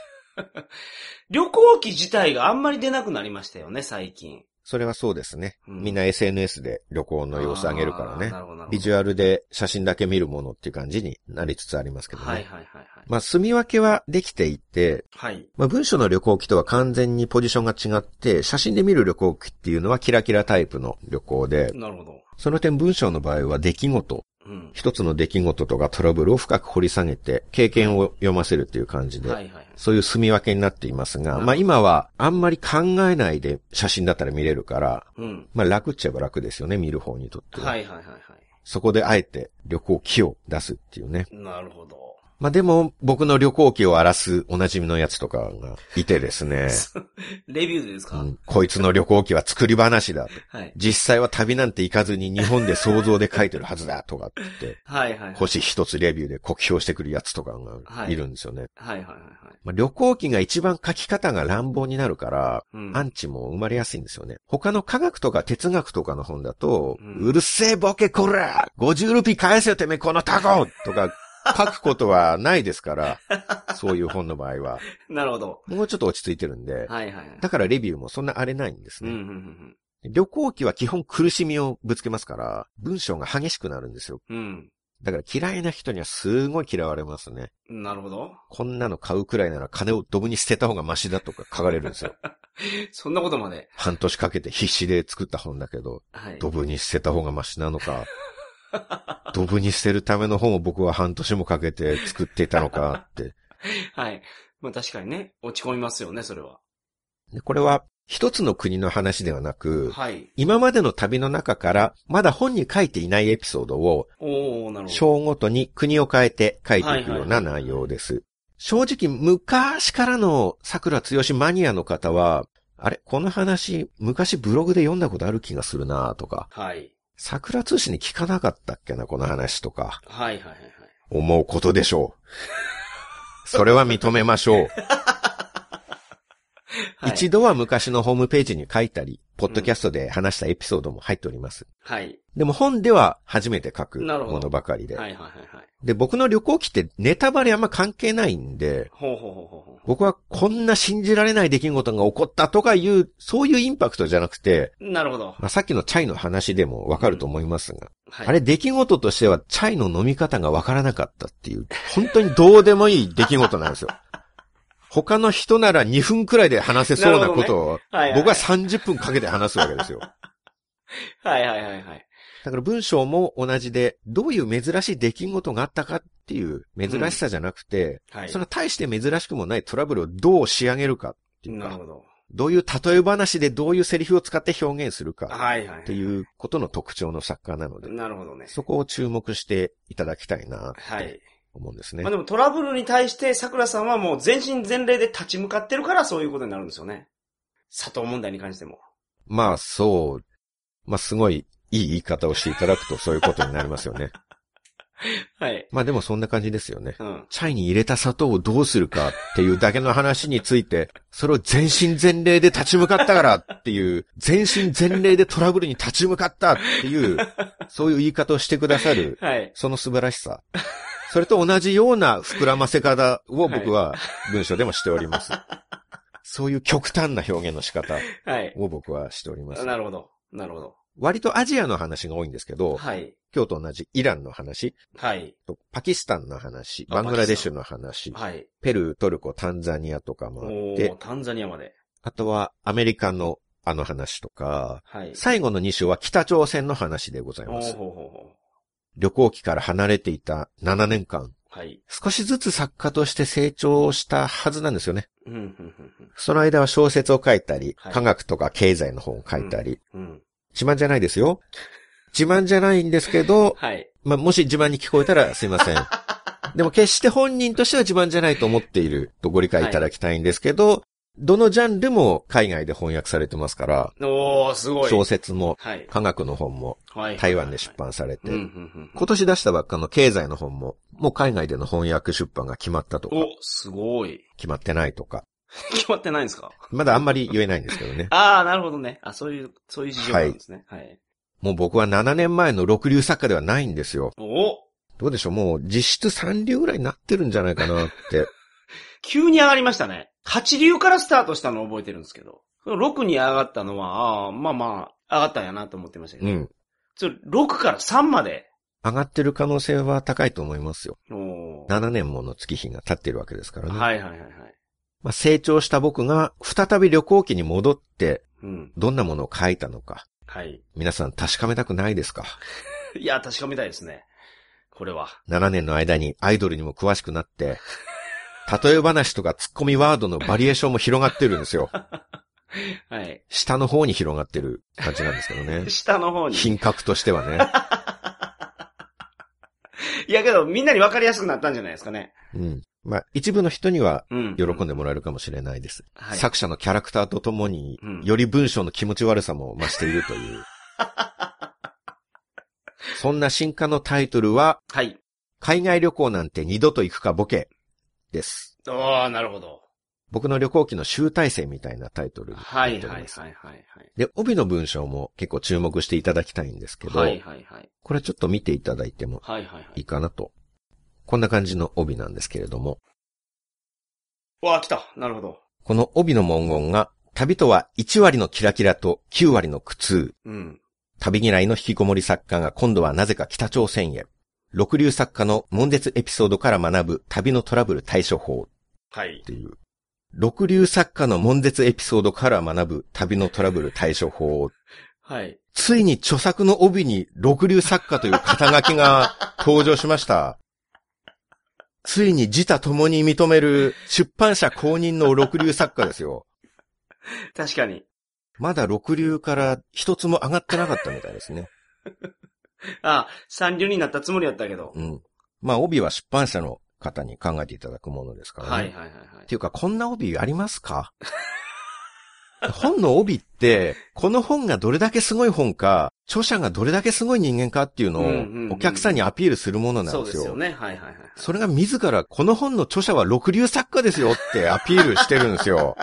旅行記自体があんまり出なくなりましたよね、最近。それはそうですね。うんみんな SNS で旅行の様子あげるからあーねな。るほど、なるほど。ビジュアルで写真だけ見るものっていう感じになりつつありますけどね。はいはいはいはい。まあ、住み分けはできていて、はい。まあ、文章の旅行記とは完全にポジションが違って、写真で見る旅行記っていうのはキラキラタイプの旅行で、なるほど。その点文章の場合は出来事、うん。一つの出来事とかトラブルを深く掘り下げて、経験を読ませるっていう感じで、はいはいはい。そういう住み分けになっていますが、まあ今はあんまり考えないで写真だったら見れるから、うん。まあ楽っちゃえば楽ですよね、見る方にとっては。はいはいはいはそこであえて旅行記を出すっていうね。い。なるほど。まあでも、僕の旅行記を荒らすおなじみのやつとかがいてですね、レビューでですか、うんこいつの旅行記は作り話だ。はい。実際は旅なんて行かずに日本で想像で書いてるはずだとかって 言って、はいはい。星一つレビューで酷評してくるやつとかがいるんですよね。はいはいはいはい。まあ、旅行記が一番書き方が乱暴になるから、うん。アンチも生まれやすいんですよね。他の科学とか哲学とかの本だと、ううんるせえボケこら !50 ルピー返せよてめえこのタコとか書くことはないで すから、そういう本の場合は。なるほど。もうちょっと落ち着いてるんで、はいはいはい。だからレビューもそんな荒れないんですうんね。うんうん旅行記は基本苦しみをぶつけますから、文章が激しくなるんですよ。うん。だから嫌いな人にはすごい嫌われますね。うん。なるほど。 こんなの買うくらいなら金をドブに捨てた方がマシだとか書かれるん ですよ。そんなことまで。半年かけて必死で作った本だけど、はい。ドブに捨てた方がマシなのか、ドブに捨てるための本を僕は半年もかけて作っていたのかって。はい。まあ確かにね、落ち込みますよね、それは。でこれは一つの国の話ではなく、はい。今までの旅の中からまだ本に書いていないエピソードをおー、なるほど。章ごとに国を変えて書いていくような内容です。正直、昔からの桜つよしマニアの方は、あれこの話、昔ブログで読んだことある気がするなとか、はい。桜通信に聞かなかったっけなこの話とか、はいはいはいはい。思うことでしょう。それは認めましょう。はい。一度は昔のホームページに書いたり、ポッドキャストで話したエピソードも入っております。はい。でも本では初めて書くなるほどものばかりではい。はいはいはい。で、僕の旅行記ってネタバレあんま関係ないんで、ほうほうほうほうほ僕はこんな信じられない出来事が起こったとかいう、そういうインパクトじゃなくて、う。なるほど。まあ、さっきのチャイの話でもわかると思いますが、はい。あれ出来事としてはチャイの飲み方がわからなかったっていう、本当にどうでもいい出来事なんですよ。 他の人なら2分くらいで話せそうなことを、はいはい僕は30分かけて話すわけですよ。はいはいはいはい。だから文章も同じで、どういう珍しい出来事があったかっていう珍しさじゃなくて、はい。その大して珍しくもないトラブルをどう仕上げるかっていうなるか、ほど。どういう例え話でどういうセリフを使って表現するかはいはい。っていうことの特徴の作家なので、なるほどね。そこを注目していただきたいなはってい。思うんですまあね。でもトラブルに対して桜さんはもう全身全霊で立ち向かってるからそういうことになるんですよね。佐藤問題に関しても。まあそう、まあすごいいい言い方をしていただくとそういうことになります よね。はい。まあでもそんな感じですよね。うん。チャイに入れた砂糖をどうするかっていうだけの話について、それを全身全霊で立ち向かったからっ ていう、全身全霊でトラブルに立ち向かったっていう、そういう言い方をしてくださる、はい。その素晴らしさ。それと同じような膨らませ方を僕は文章でもしております。そういう極端な表現の仕方はい。を僕はしております。なるほど。なるほど。割とアジアの話が多いんですけど、はい。今日と同じイランの話、はい。パキスタンの話、あバングラデシュの話、はい。ペルー、トルコ、タンザニアとかもあっおてー、、タンザニアまで。あとはアメリカのあの話とか、はい。最後の2章は北朝鮮の話でございおまーす。ほうほうほ旅行期から離れていた7年間、う。はい。少しずつ作家として成長したはずなんですよね。うん、うん、うんその間は小説を書いたり、はい科学とか経済の本を書いたり、うん、うん。自慢じゃないですよ。自慢じゃないんですけど、はい。まあ、もし自慢に聞こえたらすい ません。でも決して本人としては自慢じゃないと思っているとご理解いただきたいんですけど、どのジャンルも海外で翻訳されてますから、おー、すごい。小説もはい。科学の本もはい。台湾で出版されてうん、う、ん、うん。今年出したばっかの経済の本も、もう海外での翻訳出版が決まったとか、お、すごい。 決まってないとか、決まってないんですか。まだあんまり言えないんですけどね あー、なるほどね。あ、そういう、そういう事情なんですね。はい。もう僕は7年前の六流作家ではないんですよ。おどうでしょうもう実質三流ぐらいになってるんじゃないか なって。急に上がりましたね。八流からスタートしたのを覚えてるんですけど。6に上がったのは、あーまあまあ、上がったんやなと思ってましたけうど。ん。それ6から3まで。上がってる可能性は高いと思いますよ。おー。 7年もの月日が経ってるわけですからね。はいはいはいはい。まあ、成長した僕が再び旅行記に戻ってうん。どんなものを書いたのか、はい。皆さん確かめたくないですかいや、確かめたいですね。これは。 7年の間にアイドルにも詳しくなって、例え話とかツッコミワードのバリエーションも広がってるんですよ。はい。下の方に広がってる感じなんですけど 。ね下の方に。品格としてはね。いやけど、みんなに分かりやすくなったんじゃないですかね。うん。まあ、一部の人にはうん。喜んでもらえるかもしれないです。はい。作者のキャラクターとともにうん、より文章の気持ち悪さも増しているという。 そんな進化のタイトルは、はい。海外旅行なんて二度と行くかボケです。ああ、なるほど。僕の旅行記の集大成みたいなタイトルにはないっておはいはりいます。はいはい。で、帯の文章も結構注目していただきたいんですけど、はいはいはい。これちょっと見ていただいてもはいはいはいい。いかなと。こんな感じの帯なんですけれども、わあ、来た。なるほど。この帯の文言が、旅とは1割のキラキラと9割の苦痛。うん。旅嫌いの引きこもり作家が今度はなぜか北朝鮮へ。六流作家の悶絶エピソードから学ぶ旅のトラブル対処法はいっ。ていう。六流作家の悶絶エピソードから学ぶ旅のトラブル対処法。はい。ついに著作の帯に六流作家という肩書きが登場しました。ついに自他共に認める出版社公認の六流作家ですよ。確かに。まだ六流から一つも上がってなかったみたいですね。ああ、三流になったつもりやったけど。うん。まあ帯は出版社の方に考えていただくものですからね。はいはいはいっていうか、こんな帯ありますか本の帯って、この本がどれだけすごい本か、著者がどれだけすごい人間かっていうのうんうんうんをお客さんにアピールするものはい。なそんうでですすよよ。ね。はいはいはいはい。それが自ら、この本の著者は六流作家ですよってアピールしてるんで すよ。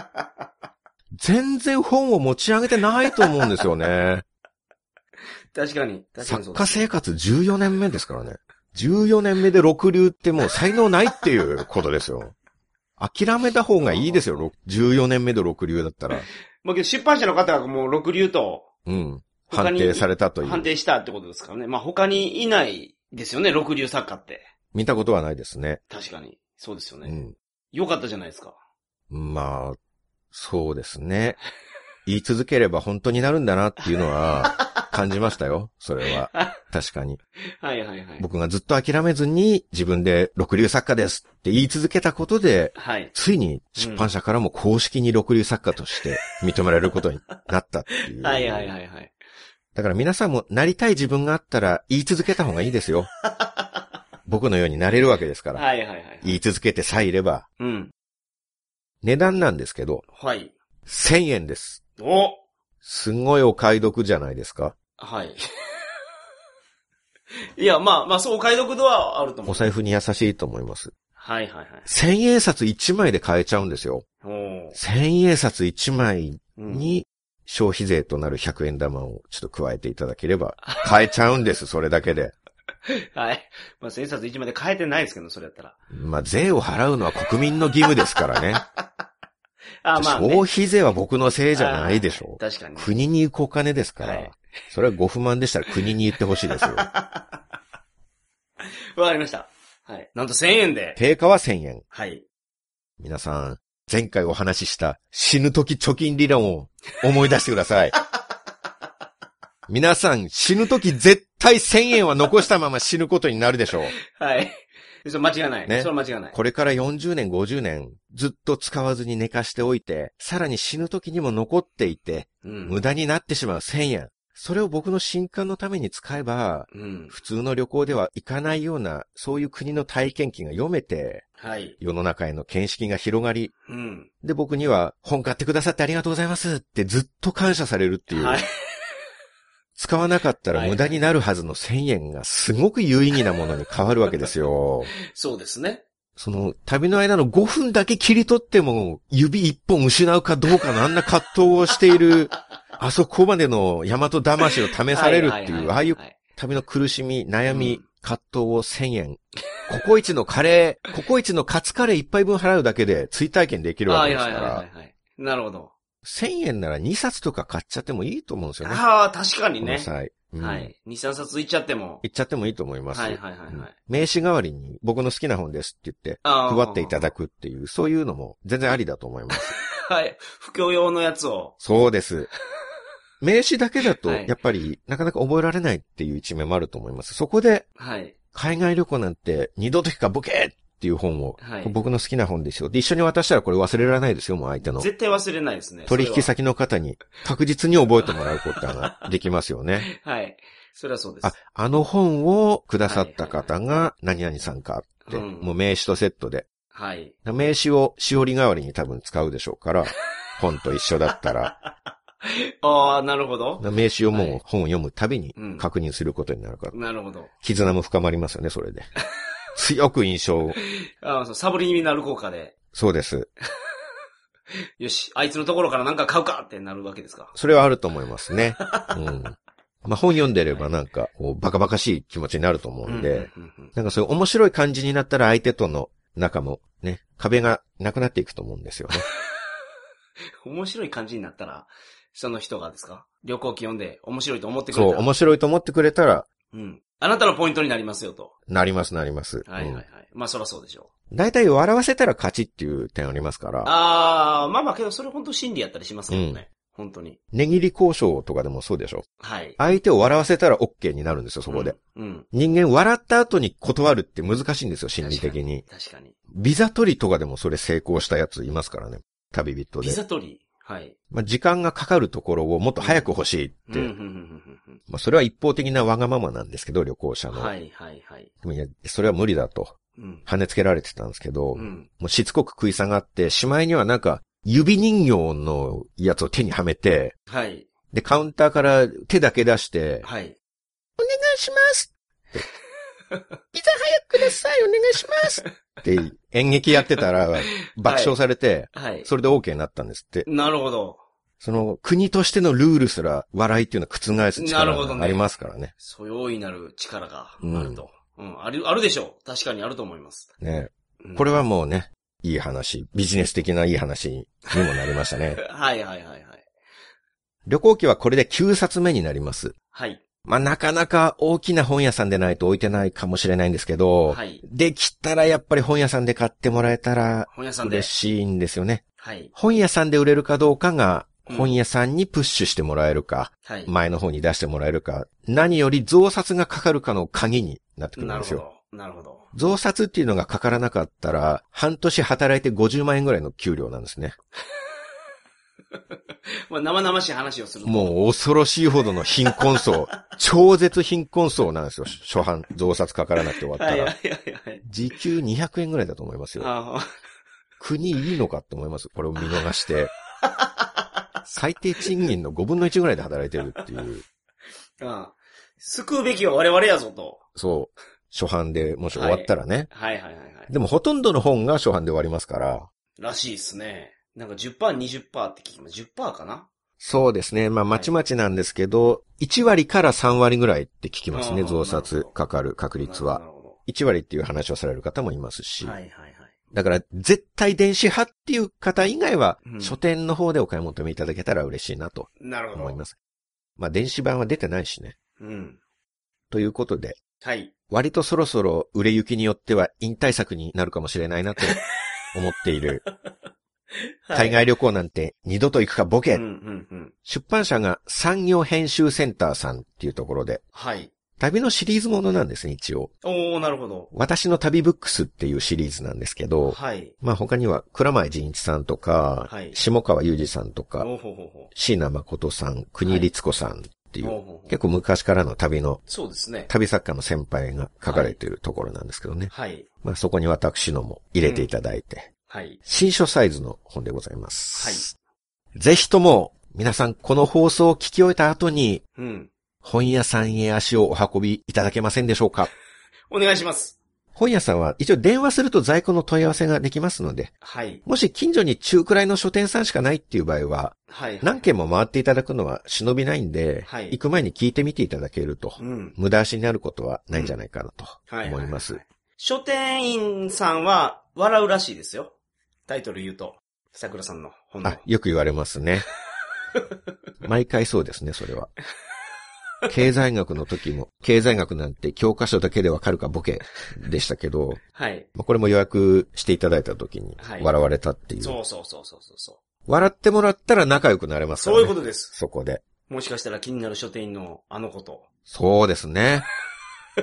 全然本を持ち上げてないと思うんですよね。確かに。確かにそ作うで家す生活14年目ですからね。14年目で六流ってもう才能ないっていうことですよ。 諦めた方がいいですよ。ろ14年目で六流だったら。まあけど出版社の方がもう六流とうん。他判に定されたとい判う。定したってことですからね。まあ他にいないですよね、六流作家って。見たことはないですね。確かに。そうですようね。ん。良かったじゃないですか。まあ、そうですね。言い続ければ本当になるんだなっていうの は感じましたよ。それは。確かに。はいはいはい。僕がずっと諦めずに自分で六流作家ですって言い続けたことで、はい。ついに出版社からも公式に六流作家として認められることになったっていう。 はいはいはいはい。だから皆さんもなりたい自分があったら言い続けた方がい いですよ。僕のようになれるわけですから。はいはいはい。言い続けてさえいれば、うん。値段なんですけど、はい。 1000円です。おすごいお買い得じゃないですか。はい。 いや、まあまあ、そう、お買い得度はあると思おう。財布に優しいと思います。はいはいはい。 1000円札1枚で買えちゃうんですよ。おー1000円札1枚うんに消費税となる100円玉をちょっと加えていただければ、買えちゃうんです、それだけで。はい。まあ、千冊一枚で変えてないですけど、それやったら。まあ、税を払うのは国民の義務ですか らね。あまあ、ね。消費税は僕のせいじゃないでしょあー確かに。国に行くお金ですから、はいそれはご不満でしたら国に言ってほし いですよ。わかりました。はい。なんと1000円で。定価は1000円。はい。皆さん、前回お話しした死ぬ時貯金理論を思い出してくださ い。皆さん、死ぬ時絶対1000円は残したまま死ぬことになるでしょう。はい。 それ間違いない。ねそれは間違いない。これから40年、50年、ずっと使わずに寝かしておいて、さらに死ぬ時にも残っていて、うん。無駄になってしまう1000円。それを僕の新刊のために使えば、うん。普通の旅行では行かないような、そういう国の体験記が読めて、はい。世の中への見識が広がり、うん。で、僕には、本買ってくださってありがとうございますってずっと感謝されるっていう。はい。 使わなかったら無駄になるはずの1000円がすごく有意義なものに変わるわけですよ。そうですね。その、旅の間の5分だけ切り取っても、指1本失うかどうかのあんな葛藤をして いる、あそこまでの大和魂を試されるってはいう、はああいうはは旅の苦しみ、悩み、うん葛藤を1000円。ココイチのカレー、ココイチのカツカレー1杯分払うだけで追体験できるわはけいですはかいはいはらい。はい。なるほど。 1000円なら2冊とか買っちゃってもいいと思うんですよね。ああ、確かにこのね。際。うんはい。2、3冊いっちゃっても。行っちゃってもいいと思います。はいはいはいはうんい。名刺代わりに僕の好きな本ですって言って、あ配っていただく。くっていう、そういうのも全然ありだと思い ます。はい。不況用のやつを。そうです。名刺だけだと、はいやっぱり、なかなか覚えられないっていう一面もあると思います。そこで、はい。海外旅行なんて、二度と行くかボケっていう本を、はいこれ僕の好きな本ですよ。で、一緒に渡したらこれ忘れられないですよ、もう相手の。絶対忘れないですね。取引それ 先の方に確実に覚えてもらうことができますよね。は。はい。それはそうです。あ、あの本をくださった方が何々さんかって、うんもう名刺とセットで。はい。名刺をしおり代わりに多分使うでしょう から、本と一緒だったら、ああ、なるほど。名刺をもはうい本を読むたびにうん確認することになるから、なるほど。絆も深まりますよね、それで。強く印象を。ああ、そう、サボり気味になる効果で。そうです。よし、あいつのところからなんか買うかってなるわけですか。それはあると思いますね。うん。まあ本読んでればなんか、こうバカバカしい気持ちになると思うんで、うんうんうんなんかそういう面白い感じになったら相手との仲もね、壁がなくなっていくと思う んですよね。うん面白い感じになったら、その人がですか旅行記読んで面白いと思ってくれたそう、ら。面白いと思ってくれたら、うん。あなたのポイントになりますよと。なりますなります。はいはいはうい。まあそらそうでしょう。ん大体笑わせたら勝ちっていう点ありますから、ああ、まあまあけどそれ本当心理やったりしますけどね。本当に。値切り交渉とかでもそうでしょ。はい。相手を笑わせたら OK になるんですよ、そこで。うん。うん。人間笑った後に断るって難しいんですよ、心理的に。確かに。ビザ取りとかでもそれ成功したやついますからね。旅人ビで。ザ取り。はい。まあ、時間がかかるところをもっと早く欲しいっうんて。うんうんうんまあ、それは一方的なわがままなんですけど、旅行者うんうんの。はいはいはい。でもいや、それは無理だと。うん。跳ねつけられてたんですけど、うもん。うしつこく食い下がって、しまいにはなんか、指人形のやつを手にはめて、はい。で、カウンターから手だけ出して、はい。お願いしますいざ早くくださいお願いしますって演劇やってたら爆笑されて、はい。それで OK になったんですって。なるほど。その国としてのルールすら笑いっていうのは覆すなるほど力がねありますからね。そういう大いなる力があると。うん、ある、あるでしょう。確かにあると思います。ねうんこれはもうね、いい話、ビジネス的ないい話にもなりましたね。 はいはいはいはい。旅行記はこれで9冊目になります。はい。まあなかなか大きな本屋さんでないと置いてないかもしれないんですけど、はい。できたらやっぱり本屋さんで買ってもらえたら本屋さんで嬉。しいんですよね。はい。本屋さんで売れるかどうかが、うん本屋さんにプッシュしてもらえるか、はい。前の方に出してもらえるか、何より増刷がかかるかの鍵になってくるなんるですほよ。ど。なるほど。増刷っていうのがかからなかったら、半年働いて50万円ぐらいの給料なんですね。まあ、生々しい話をすると。もう恐ろしいほどの貧困 層、超絶貧困層なんですよ。初版、増刷かからなくて終わったはいはいら。はいはい。時給200円ぐらいだと思いますよ。あ国いいのかって思います。これを見 逃して。最低賃金の5分の1ぐらいで働いてるっていう。あ、ああ救うべきは我々やぞと。そう。初版でもし終わったらね。はいはいはいはい。でもほとんどの本が初版で終わりますから。らしいですね。なんか10%、20%って聞きます。10%かなそうですね。まあ、はまいちまちなんですけど、1割から3割ぐらいって聞きますね。あー増な刷るほどかかる確率はな。るほ1割っていう話をされる方もいますし。ど。はいはいはい。だから、絶対電子派っていう方以外はう、ん書店の方でお買い求めいただけたら嬉しいなとなるほど。思います。まあ、電子版は出てないしね。うん。ということで、はい。割とそろそろ売れ行きによっては引退作になるかもしれないなと思っている。海外旅行なんて二度と行くかボケ、うんうんうん。出版社が産業編集センターさんっていうところで、はい。旅のシリーズものなんですね、一応。おー、なるほど。私の旅ブックスっていうシリーズなんですけど、はい。まあ他には倉前仁一さんとか、はい下川裕二さんとおか、ーほうほうほ。椎名誠さん、国立子さんっていうう、おーほうほう結構昔からの旅の、そうですね。旅作家の先輩が書かれているところなんですけどね。はい。まあそこに私のも入れていただいて、はい。新書サイズの本でございます。はい。ぜひとも、皆さんこの放送を聞き終えた後に、うん。本屋さんへ足をお運びいただけませんでしょうかお願いします。本屋さんは一応電話すると在庫の問い合わせができますので、はい。もし近所に中くらいの書店さんしかないっていう場合は、はい。何件も回っていただくのは忍びないんで、はい行く前に聞いてみていただけると、うん。無駄足になることはないんじゃないかなと思います。ははは。書店員さんは笑うらしいですよ。タイトル言うと。桜さんの本のあ。、よく言われますね。毎回そうですね、それは。経済学の時も、経済学なんて教科書だけでわかるかボケでしたけど、はい。まあこれも予約していただいた時にはい笑われたっていう。そうそうそうそうそうそう。笑ってもらったら仲良くなれますからそうね。いうことです。そこで。もしかしたら気になる書店員のあのこと。そうですね。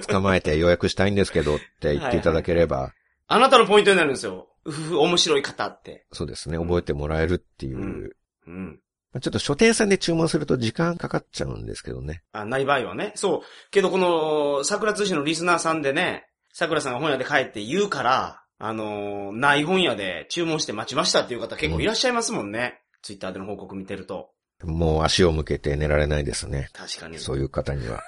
捕まえて予約したいんですけどって言っていただければ、あなたのポイントになるんですよ。うふふ、面白い方って。そうですね、覚えてもらえるっていう。うんうん。まあちょっと書店さんで注文すると時間かかっちゃうんですけどね。あ、ない場合はね。そう。けどこの、桜通信のリスナーさんでね、桜さんが本屋で帰って言うから、あのーない本屋で注文して待ちましたっていう方結構いらっしゃいますもんね。ツイッターでの報告見てると。もう足を向けて寝られないですね。確かに。そういう方には。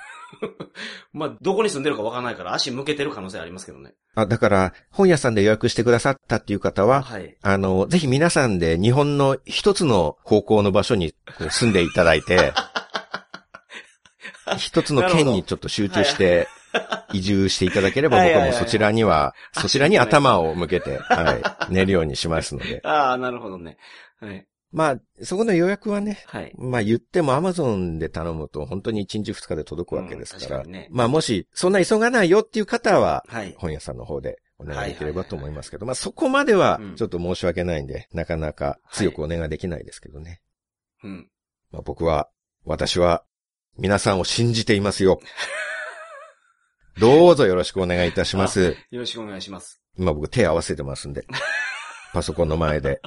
まあ、どこに住んでるかわからないから足向けてる可能性ありますけどね。あ、だから、本屋さんで予約してくださったっていう方は、はい。あの、ぜひ皆さんで日本の一つの方向の場所にこう住んでいただ いて、一つの県にちょっと集中して移住していただければはい僕はいはいもそちらには、そちらに頭を向けて、はい、寝るようにしますので。ああ、なるほどね。はい。まあ、そこの予約はね、はい。まあ言っても Amazon で頼むと本当に1日2日で届くわけですうんか確ら、かにねまあもしそんな急がないよっていう方は、はい。本屋さんの方でお願いできればと思いますけど、まあそこまではうんちょっと申し訳ないんで、なかなか強くお願いできないですけどね。うん。まあ僕は、私は皆さんを信じてい ますよ。どうぞよろしくお願いいたします。よろしくお願いします。今僕手合わせてますんで。パソコンの前で、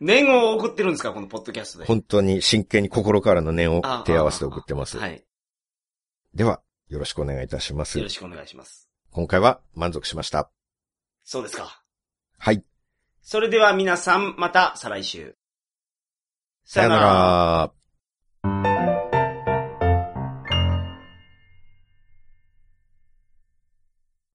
年号を送ってるんですかこのポッドキャストで。本当に真剣に心からの念をあ手合わせて送ってます。はい。では、よろしくお願いいたしますよろ。しくお願いします。今回は満足しました。そうですか。はい。それでは皆さん、また再来週。さよなら。